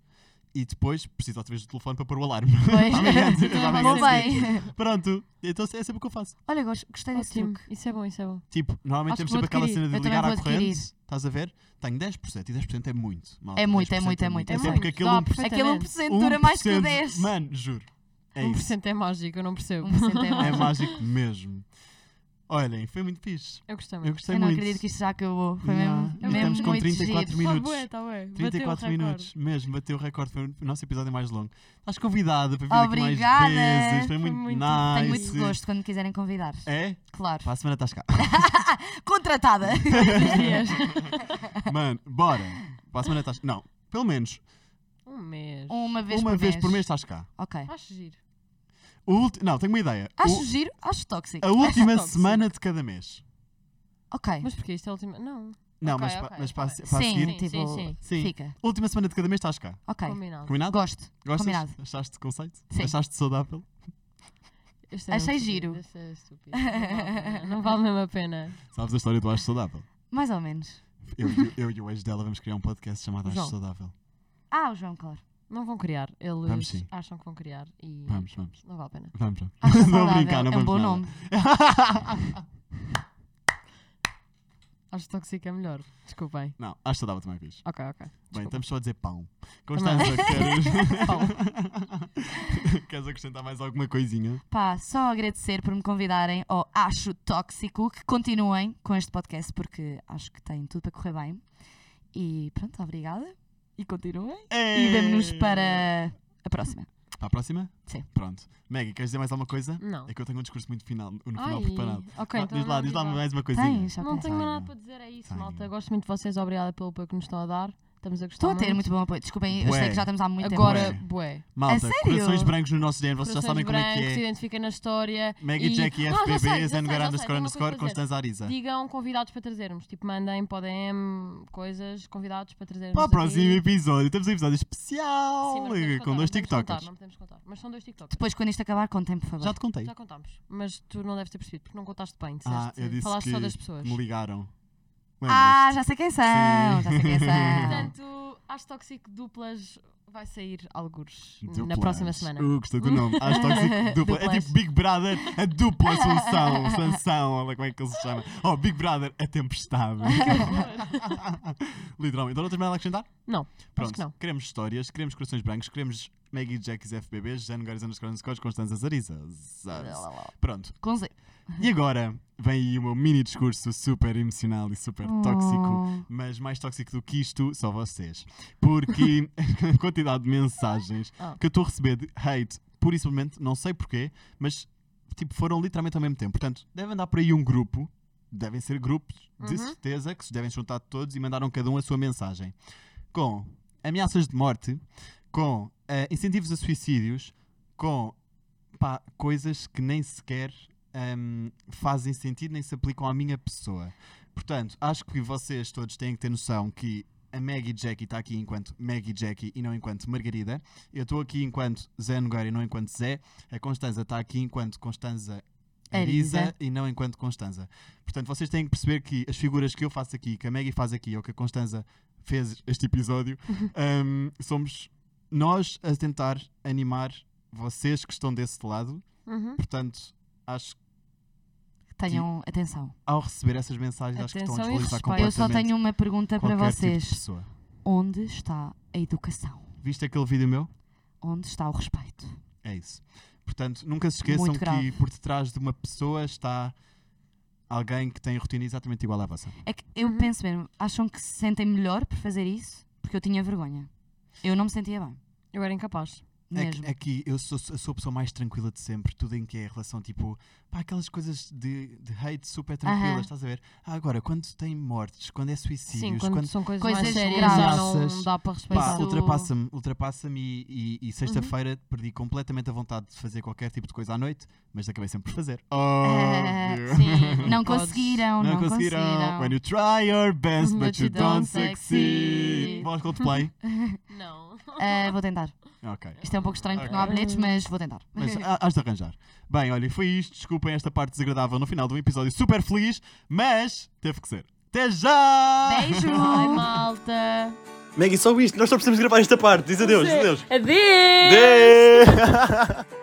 Speaker 1: e depois preciso outra vez do telefone para pôr o alarme.
Speaker 2: Pois.
Speaker 1: Amanhã,
Speaker 4: Também
Speaker 2: Bom,
Speaker 1: amanhã a seguir.
Speaker 2: bem.
Speaker 1: Pronto, então é sempre o que eu faço.
Speaker 2: Olha, gosto- gostei desse
Speaker 4: Ótimo.
Speaker 2: truque.
Speaker 4: Isso é bom, isso é bom.
Speaker 1: Tipo, normalmente
Speaker 4: Acho
Speaker 1: temos
Speaker 4: que vou
Speaker 1: sempre aquela
Speaker 4: adquirir.
Speaker 1: cena de
Speaker 2: Eu também
Speaker 1: ligar à
Speaker 2: vou
Speaker 1: corrente.
Speaker 2: adquirir.
Speaker 1: Estás a ver? Tenho 10% e 10% é muito. malta.
Speaker 2: É muito, é
Speaker 1: 10%
Speaker 2: muito, é muito,
Speaker 1: É,
Speaker 2: é
Speaker 1: sempre
Speaker 2: muito.
Speaker 1: porque aquele
Speaker 4: Dá
Speaker 1: 1%.
Speaker 2: Aquele
Speaker 4: perfeitamente.
Speaker 2: 1% dura mais que o
Speaker 1: 1%,
Speaker 2: 10.
Speaker 1: Mano, juro. É isso.
Speaker 4: 1% é mágico, eu não percebo.
Speaker 2: 1% é
Speaker 1: É
Speaker 2: mais.
Speaker 1: mágico mesmo. Olhem, foi muito fixe.
Speaker 4: Eu gostei
Speaker 1: Eu
Speaker 4: muito.
Speaker 1: gostei
Speaker 2: Eu não
Speaker 1: é muito.
Speaker 2: acredito que isto já acabou. Foi
Speaker 1: Yeah.
Speaker 2: mesmo,
Speaker 1: E
Speaker 2: mesmo
Speaker 1: estamos com
Speaker 2: muito
Speaker 1: 34
Speaker 2: giro.
Speaker 1: minutos.
Speaker 4: Tá bué, tá bué. Bateu o
Speaker 1: 34
Speaker 4: recorde.
Speaker 1: minutos, mesmo, bateu o recorde, foi o nosso episódio mais longo. Estás convidada para vir aqui
Speaker 2: Obrigada.
Speaker 1: mais vezes, foi
Speaker 4: Foi
Speaker 1: muito,
Speaker 4: muito-
Speaker 1: nice.
Speaker 2: Tenho muito gosto quando me quiserem convidar.
Speaker 1: É?
Speaker 2: Claro.
Speaker 1: Para a semana estás cá.
Speaker 2: Contratada!
Speaker 4: Dias.
Speaker 1: Mano, bora. Para a semana estás Não, pelo menos
Speaker 4: Um mês.
Speaker 2: Uma vez,
Speaker 1: uma
Speaker 2: por,
Speaker 1: vez
Speaker 2: mês.
Speaker 1: por mês estás cá.
Speaker 2: Ok.
Speaker 4: Acho giro.
Speaker 1: O ulti- Não, tenho uma ideia. O-
Speaker 2: Acho giro, acho tóxico.
Speaker 1: A última
Speaker 4: tóxico.
Speaker 1: semana de cada mês.
Speaker 2: Ok.
Speaker 4: Mas porquê? Isto é a última. Não.
Speaker 1: Não,
Speaker 4: Ok,
Speaker 1: mas, pa-
Speaker 4: ok,
Speaker 1: mas para, a se- para a
Speaker 2: Sim,
Speaker 1: seguir.
Speaker 4: Sim,
Speaker 2: tipo,
Speaker 4: sim, sim.
Speaker 1: Sim.
Speaker 2: fica.
Speaker 1: Última semana de cada mês estás cá.
Speaker 2: Ok.
Speaker 4: Combinado.
Speaker 1: Combinado?
Speaker 2: Gosto.
Speaker 1: Gostas?
Speaker 2: Combinado.
Speaker 1: Achaste de conceito?
Speaker 2: Sim.
Speaker 1: Achaste saudável?
Speaker 4: Este é
Speaker 2: Achei
Speaker 4: um
Speaker 2: giro.
Speaker 4: estúpido, este é estúpido. Não vale mesmo a pena.
Speaker 1: Sabes a história do Acho Saudável?
Speaker 2: Mais ou menos.
Speaker 1: Eu, e o- eu e o ex dela vamos criar um podcast chamado Acho
Speaker 4: João.
Speaker 1: Saudável.
Speaker 2: Ah, o João, claro.
Speaker 4: Não vão criar. Eles
Speaker 1: Vamos sim.
Speaker 4: acham que vão criar e
Speaker 1: Vamos, vamos.
Speaker 4: não vale a pena.
Speaker 1: Vamos, vamos.
Speaker 2: Acho
Speaker 1: Não vou
Speaker 2: saudável.
Speaker 1: brincar, não
Speaker 2: é um
Speaker 1: vamos
Speaker 2: bom
Speaker 1: nada.
Speaker 2: nome.
Speaker 4: Acho tóxico é melhor. Desculpem.
Speaker 1: Não, Acho Saudável também é fixe.
Speaker 4: Ok, ok.
Speaker 1: Bem,
Speaker 4: Desculpa.
Speaker 1: estamos só a dizer pão. Constança, queres... queres acrescentar mais alguma coisinha?
Speaker 2: Pá, só agradecer por me convidarem ao Acho Tóxico, que continuem com este podcast porque acho que tem tudo para correr bem. E pronto, obrigada. E continuem. E vemo-nos para a próxima.
Speaker 1: Para a próxima?
Speaker 2: Sim.
Speaker 1: Pronto. Maggie, queres dizer mais alguma coisa?
Speaker 4: Não.
Speaker 1: É que eu tenho um discurso muito final, no final
Speaker 4: Ai,
Speaker 1: preparado.
Speaker 4: ok,
Speaker 1: Ah,
Speaker 4: então
Speaker 1: diz lá,
Speaker 4: não
Speaker 1: diz lá
Speaker 4: digo.
Speaker 1: mais uma coisinha.
Speaker 2: Tens,
Speaker 4: Não tenho mais nada
Speaker 1: Tenho.
Speaker 4: para dizer, é isso,
Speaker 1: Tenho.
Speaker 4: malta. Gosto muito de vocês, obrigada pelo apoio que nos estão a dar. Estamos a gostar.
Speaker 2: Estou a ter muito bom apoio. Desculpem, eu sei
Speaker 1: Bué.
Speaker 2: que já estamos há muito
Speaker 4: Agora,
Speaker 1: Bué.
Speaker 4: bué.
Speaker 1: Malta,
Speaker 2: A sério?
Speaker 1: corações brancos no nosso género, vocês já sabem
Speaker 4: Corações
Speaker 1: como é
Speaker 4: brancos, se
Speaker 1: que é.
Speaker 4: identifiquem na história.
Speaker 1: Maggie,
Speaker 4: e-
Speaker 1: Jack e
Speaker 4: Ah, já sei, já
Speaker 1: FBB,
Speaker 4: sei, já
Speaker 1: Zangara
Speaker 4: sei,
Speaker 1: underscore
Speaker 4: tenho uma coisa
Speaker 1: underscore,
Speaker 4: para dizer.
Speaker 1: Constanza Ariza.
Speaker 4: Digam convidados para trazermos. Tipo, mandem para o DM coisas, convidados para trazermos.
Speaker 1: Para o
Speaker 4: aqui.
Speaker 1: próximo episódio, temos um episódio
Speaker 4: Sim,
Speaker 1: especial
Speaker 4: mas
Speaker 1: com
Speaker 4: não podemos contar,
Speaker 1: dois
Speaker 4: não podemos contar,
Speaker 1: TikTokers.
Speaker 4: Não é podemos contar, mas são dois TikTokers.
Speaker 2: Depois, quando isto acabar, contem, por favor.
Speaker 1: Já te contei.
Speaker 4: Já contámos, mas tu não deves ter percebido porque não contaste bem. Disseste,
Speaker 1: Ah, eu disse
Speaker 4: falaste
Speaker 1: que
Speaker 4: só das pessoas.
Speaker 1: me ligaram.
Speaker 2: ah, já sei quem são.
Speaker 1: Sim.
Speaker 2: Já sei quem são.
Speaker 4: Portanto, acho tóxico duplas vai sair algures
Speaker 1: Duplas.
Speaker 4: na próxima semana.
Speaker 1: Uh, gostei do nome. Acho tóxico dupla. É
Speaker 2: Duplas.
Speaker 1: tipo Big Brother, a dupla Assunção, Sansão, olha como é que ele se chama. Oh, Big Brother, a tempestade. Literalmente. Então não tens mais nada a acrescentar?
Speaker 4: Não,
Speaker 1: Pronto.
Speaker 4: que não.
Speaker 1: Queremos histórias, queremos corações brancos, queremos Maggie Jacks FBBs, Jane Gares underscore underscore, Constanza Zariza. Zaz. Pronto.
Speaker 2: Com Z.
Speaker 1: E agora vem aí o meu mini discurso super emocional e super tóxico.
Speaker 2: Oh.
Speaker 1: Mas mais tóxico do que isto, só vocês. Porque a quantidade de mensagens
Speaker 4: Ah.
Speaker 1: que eu estou a receber de hate, pura e simplesmente, não sei porquê, mas tipo, foram literalmente ao mesmo tempo. Portanto, deve andar por aí um grupo, devem ser grupos, de
Speaker 4: Uhum.
Speaker 1: certeza, que se devem juntar todos e mandaram cada um a sua mensagem. Com ameaças de morte, com eh, incentivos a suicídios, com pá, coisas que nem sequer hum, fazem sentido nem se aplicam à minha pessoa. Portanto, acho que vocês todos têm que ter noção que a Maggie Jackie está aqui enquanto Maggie Jackie e não enquanto Margarida. Eu estou aqui enquanto Zé Nogueira e não enquanto Zé. A Constanza está aqui enquanto Constanza Ariza,
Speaker 2: Ariza.
Speaker 1: e não enquanto Constanza. Portanto, vocês têm que perceber que as figuras que eu faço aqui, que a Maggie faz aqui ou que a Constanza fez este episódio, hum, somos nós a tentar animar vocês que estão desse lado.
Speaker 4: Uhum.
Speaker 1: Portanto, acho que
Speaker 2: Oh, Tenham atenção.
Speaker 1: ao receber essas mensagens, acho que estão a
Speaker 4: Atenção e
Speaker 1: deslizar
Speaker 4: respeito.
Speaker 2: Eu só
Speaker 1: Tipo, completamente
Speaker 2: tenho uma pergunta para
Speaker 1: qualquer tipo de
Speaker 2: vocês.
Speaker 1: pessoa.
Speaker 2: Onde está a educação?
Speaker 1: Viste aquele vídeo meu?
Speaker 2: Onde está o respeito?
Speaker 1: É isso. Portanto, nunca se esqueçam
Speaker 2: Muito
Speaker 1: que
Speaker 2: grave.
Speaker 1: por detrás de uma pessoa está alguém que tem a rotina exatamente igual à vossa.
Speaker 2: É que eu
Speaker 1: Uhum.
Speaker 2: penso mesmo, acham que se sentem melhor por fazer isso? Porque eu tinha vergonha. Eu não me sentia bem.
Speaker 4: Eu era incapaz.
Speaker 1: É
Speaker 2: Mesmo.
Speaker 1: que, é que eu sou, eu sou a pessoa mais tranquila de sempre, tudo em que é relação tipo, pá, aquelas coisas de, de hate super tranquilas,
Speaker 2: Aham.
Speaker 1: estás a ver? Ah, agora, quando tem mortes, quando é suicídios,
Speaker 4: Sim, quando, são coisas,
Speaker 2: coisas
Speaker 4: mais sérias
Speaker 2: graves.
Speaker 4: já não
Speaker 1: Ameaças.
Speaker 4: dá para
Speaker 1: Pá,
Speaker 4: respeitar.
Speaker 2: Isso-
Speaker 1: ultrapassa-me, ultrapassa-me e, e- e sexta-feira perdi completamente a vontade de fazer qualquer tipo de coisa à noite, mas acabei sempre por fazer.
Speaker 2: Ah,
Speaker 1: é Óbvio.
Speaker 4: Sim,
Speaker 2: Não
Speaker 4: podes.
Speaker 2: conseguiram,
Speaker 1: Não,
Speaker 2: não,
Speaker 1: conseguiram. When you try your best, but, you don't, succeed.
Speaker 4: succeed.
Speaker 1: Vamos Coldplay?
Speaker 4: Não.
Speaker 2: Ah, vou tentar.
Speaker 1: ok.
Speaker 2: Isto é um pouco estranho porque não há
Speaker 1: Ok.
Speaker 2: bilhetes, mas vou tentar.
Speaker 1: Mas há- hás de arranjar. Bem, olha, foi isto. Desculpem esta parte desagradável no final de um episódio super feliz, mas teve que ser. Até já!
Speaker 2: Beijo!
Speaker 4: Ai, malta. É
Speaker 3: Maggie, só isto. Nós só precisamos gravar esta parte. Diz adeus, diz adeus.
Speaker 4: Adeus.
Speaker 3: Adeus!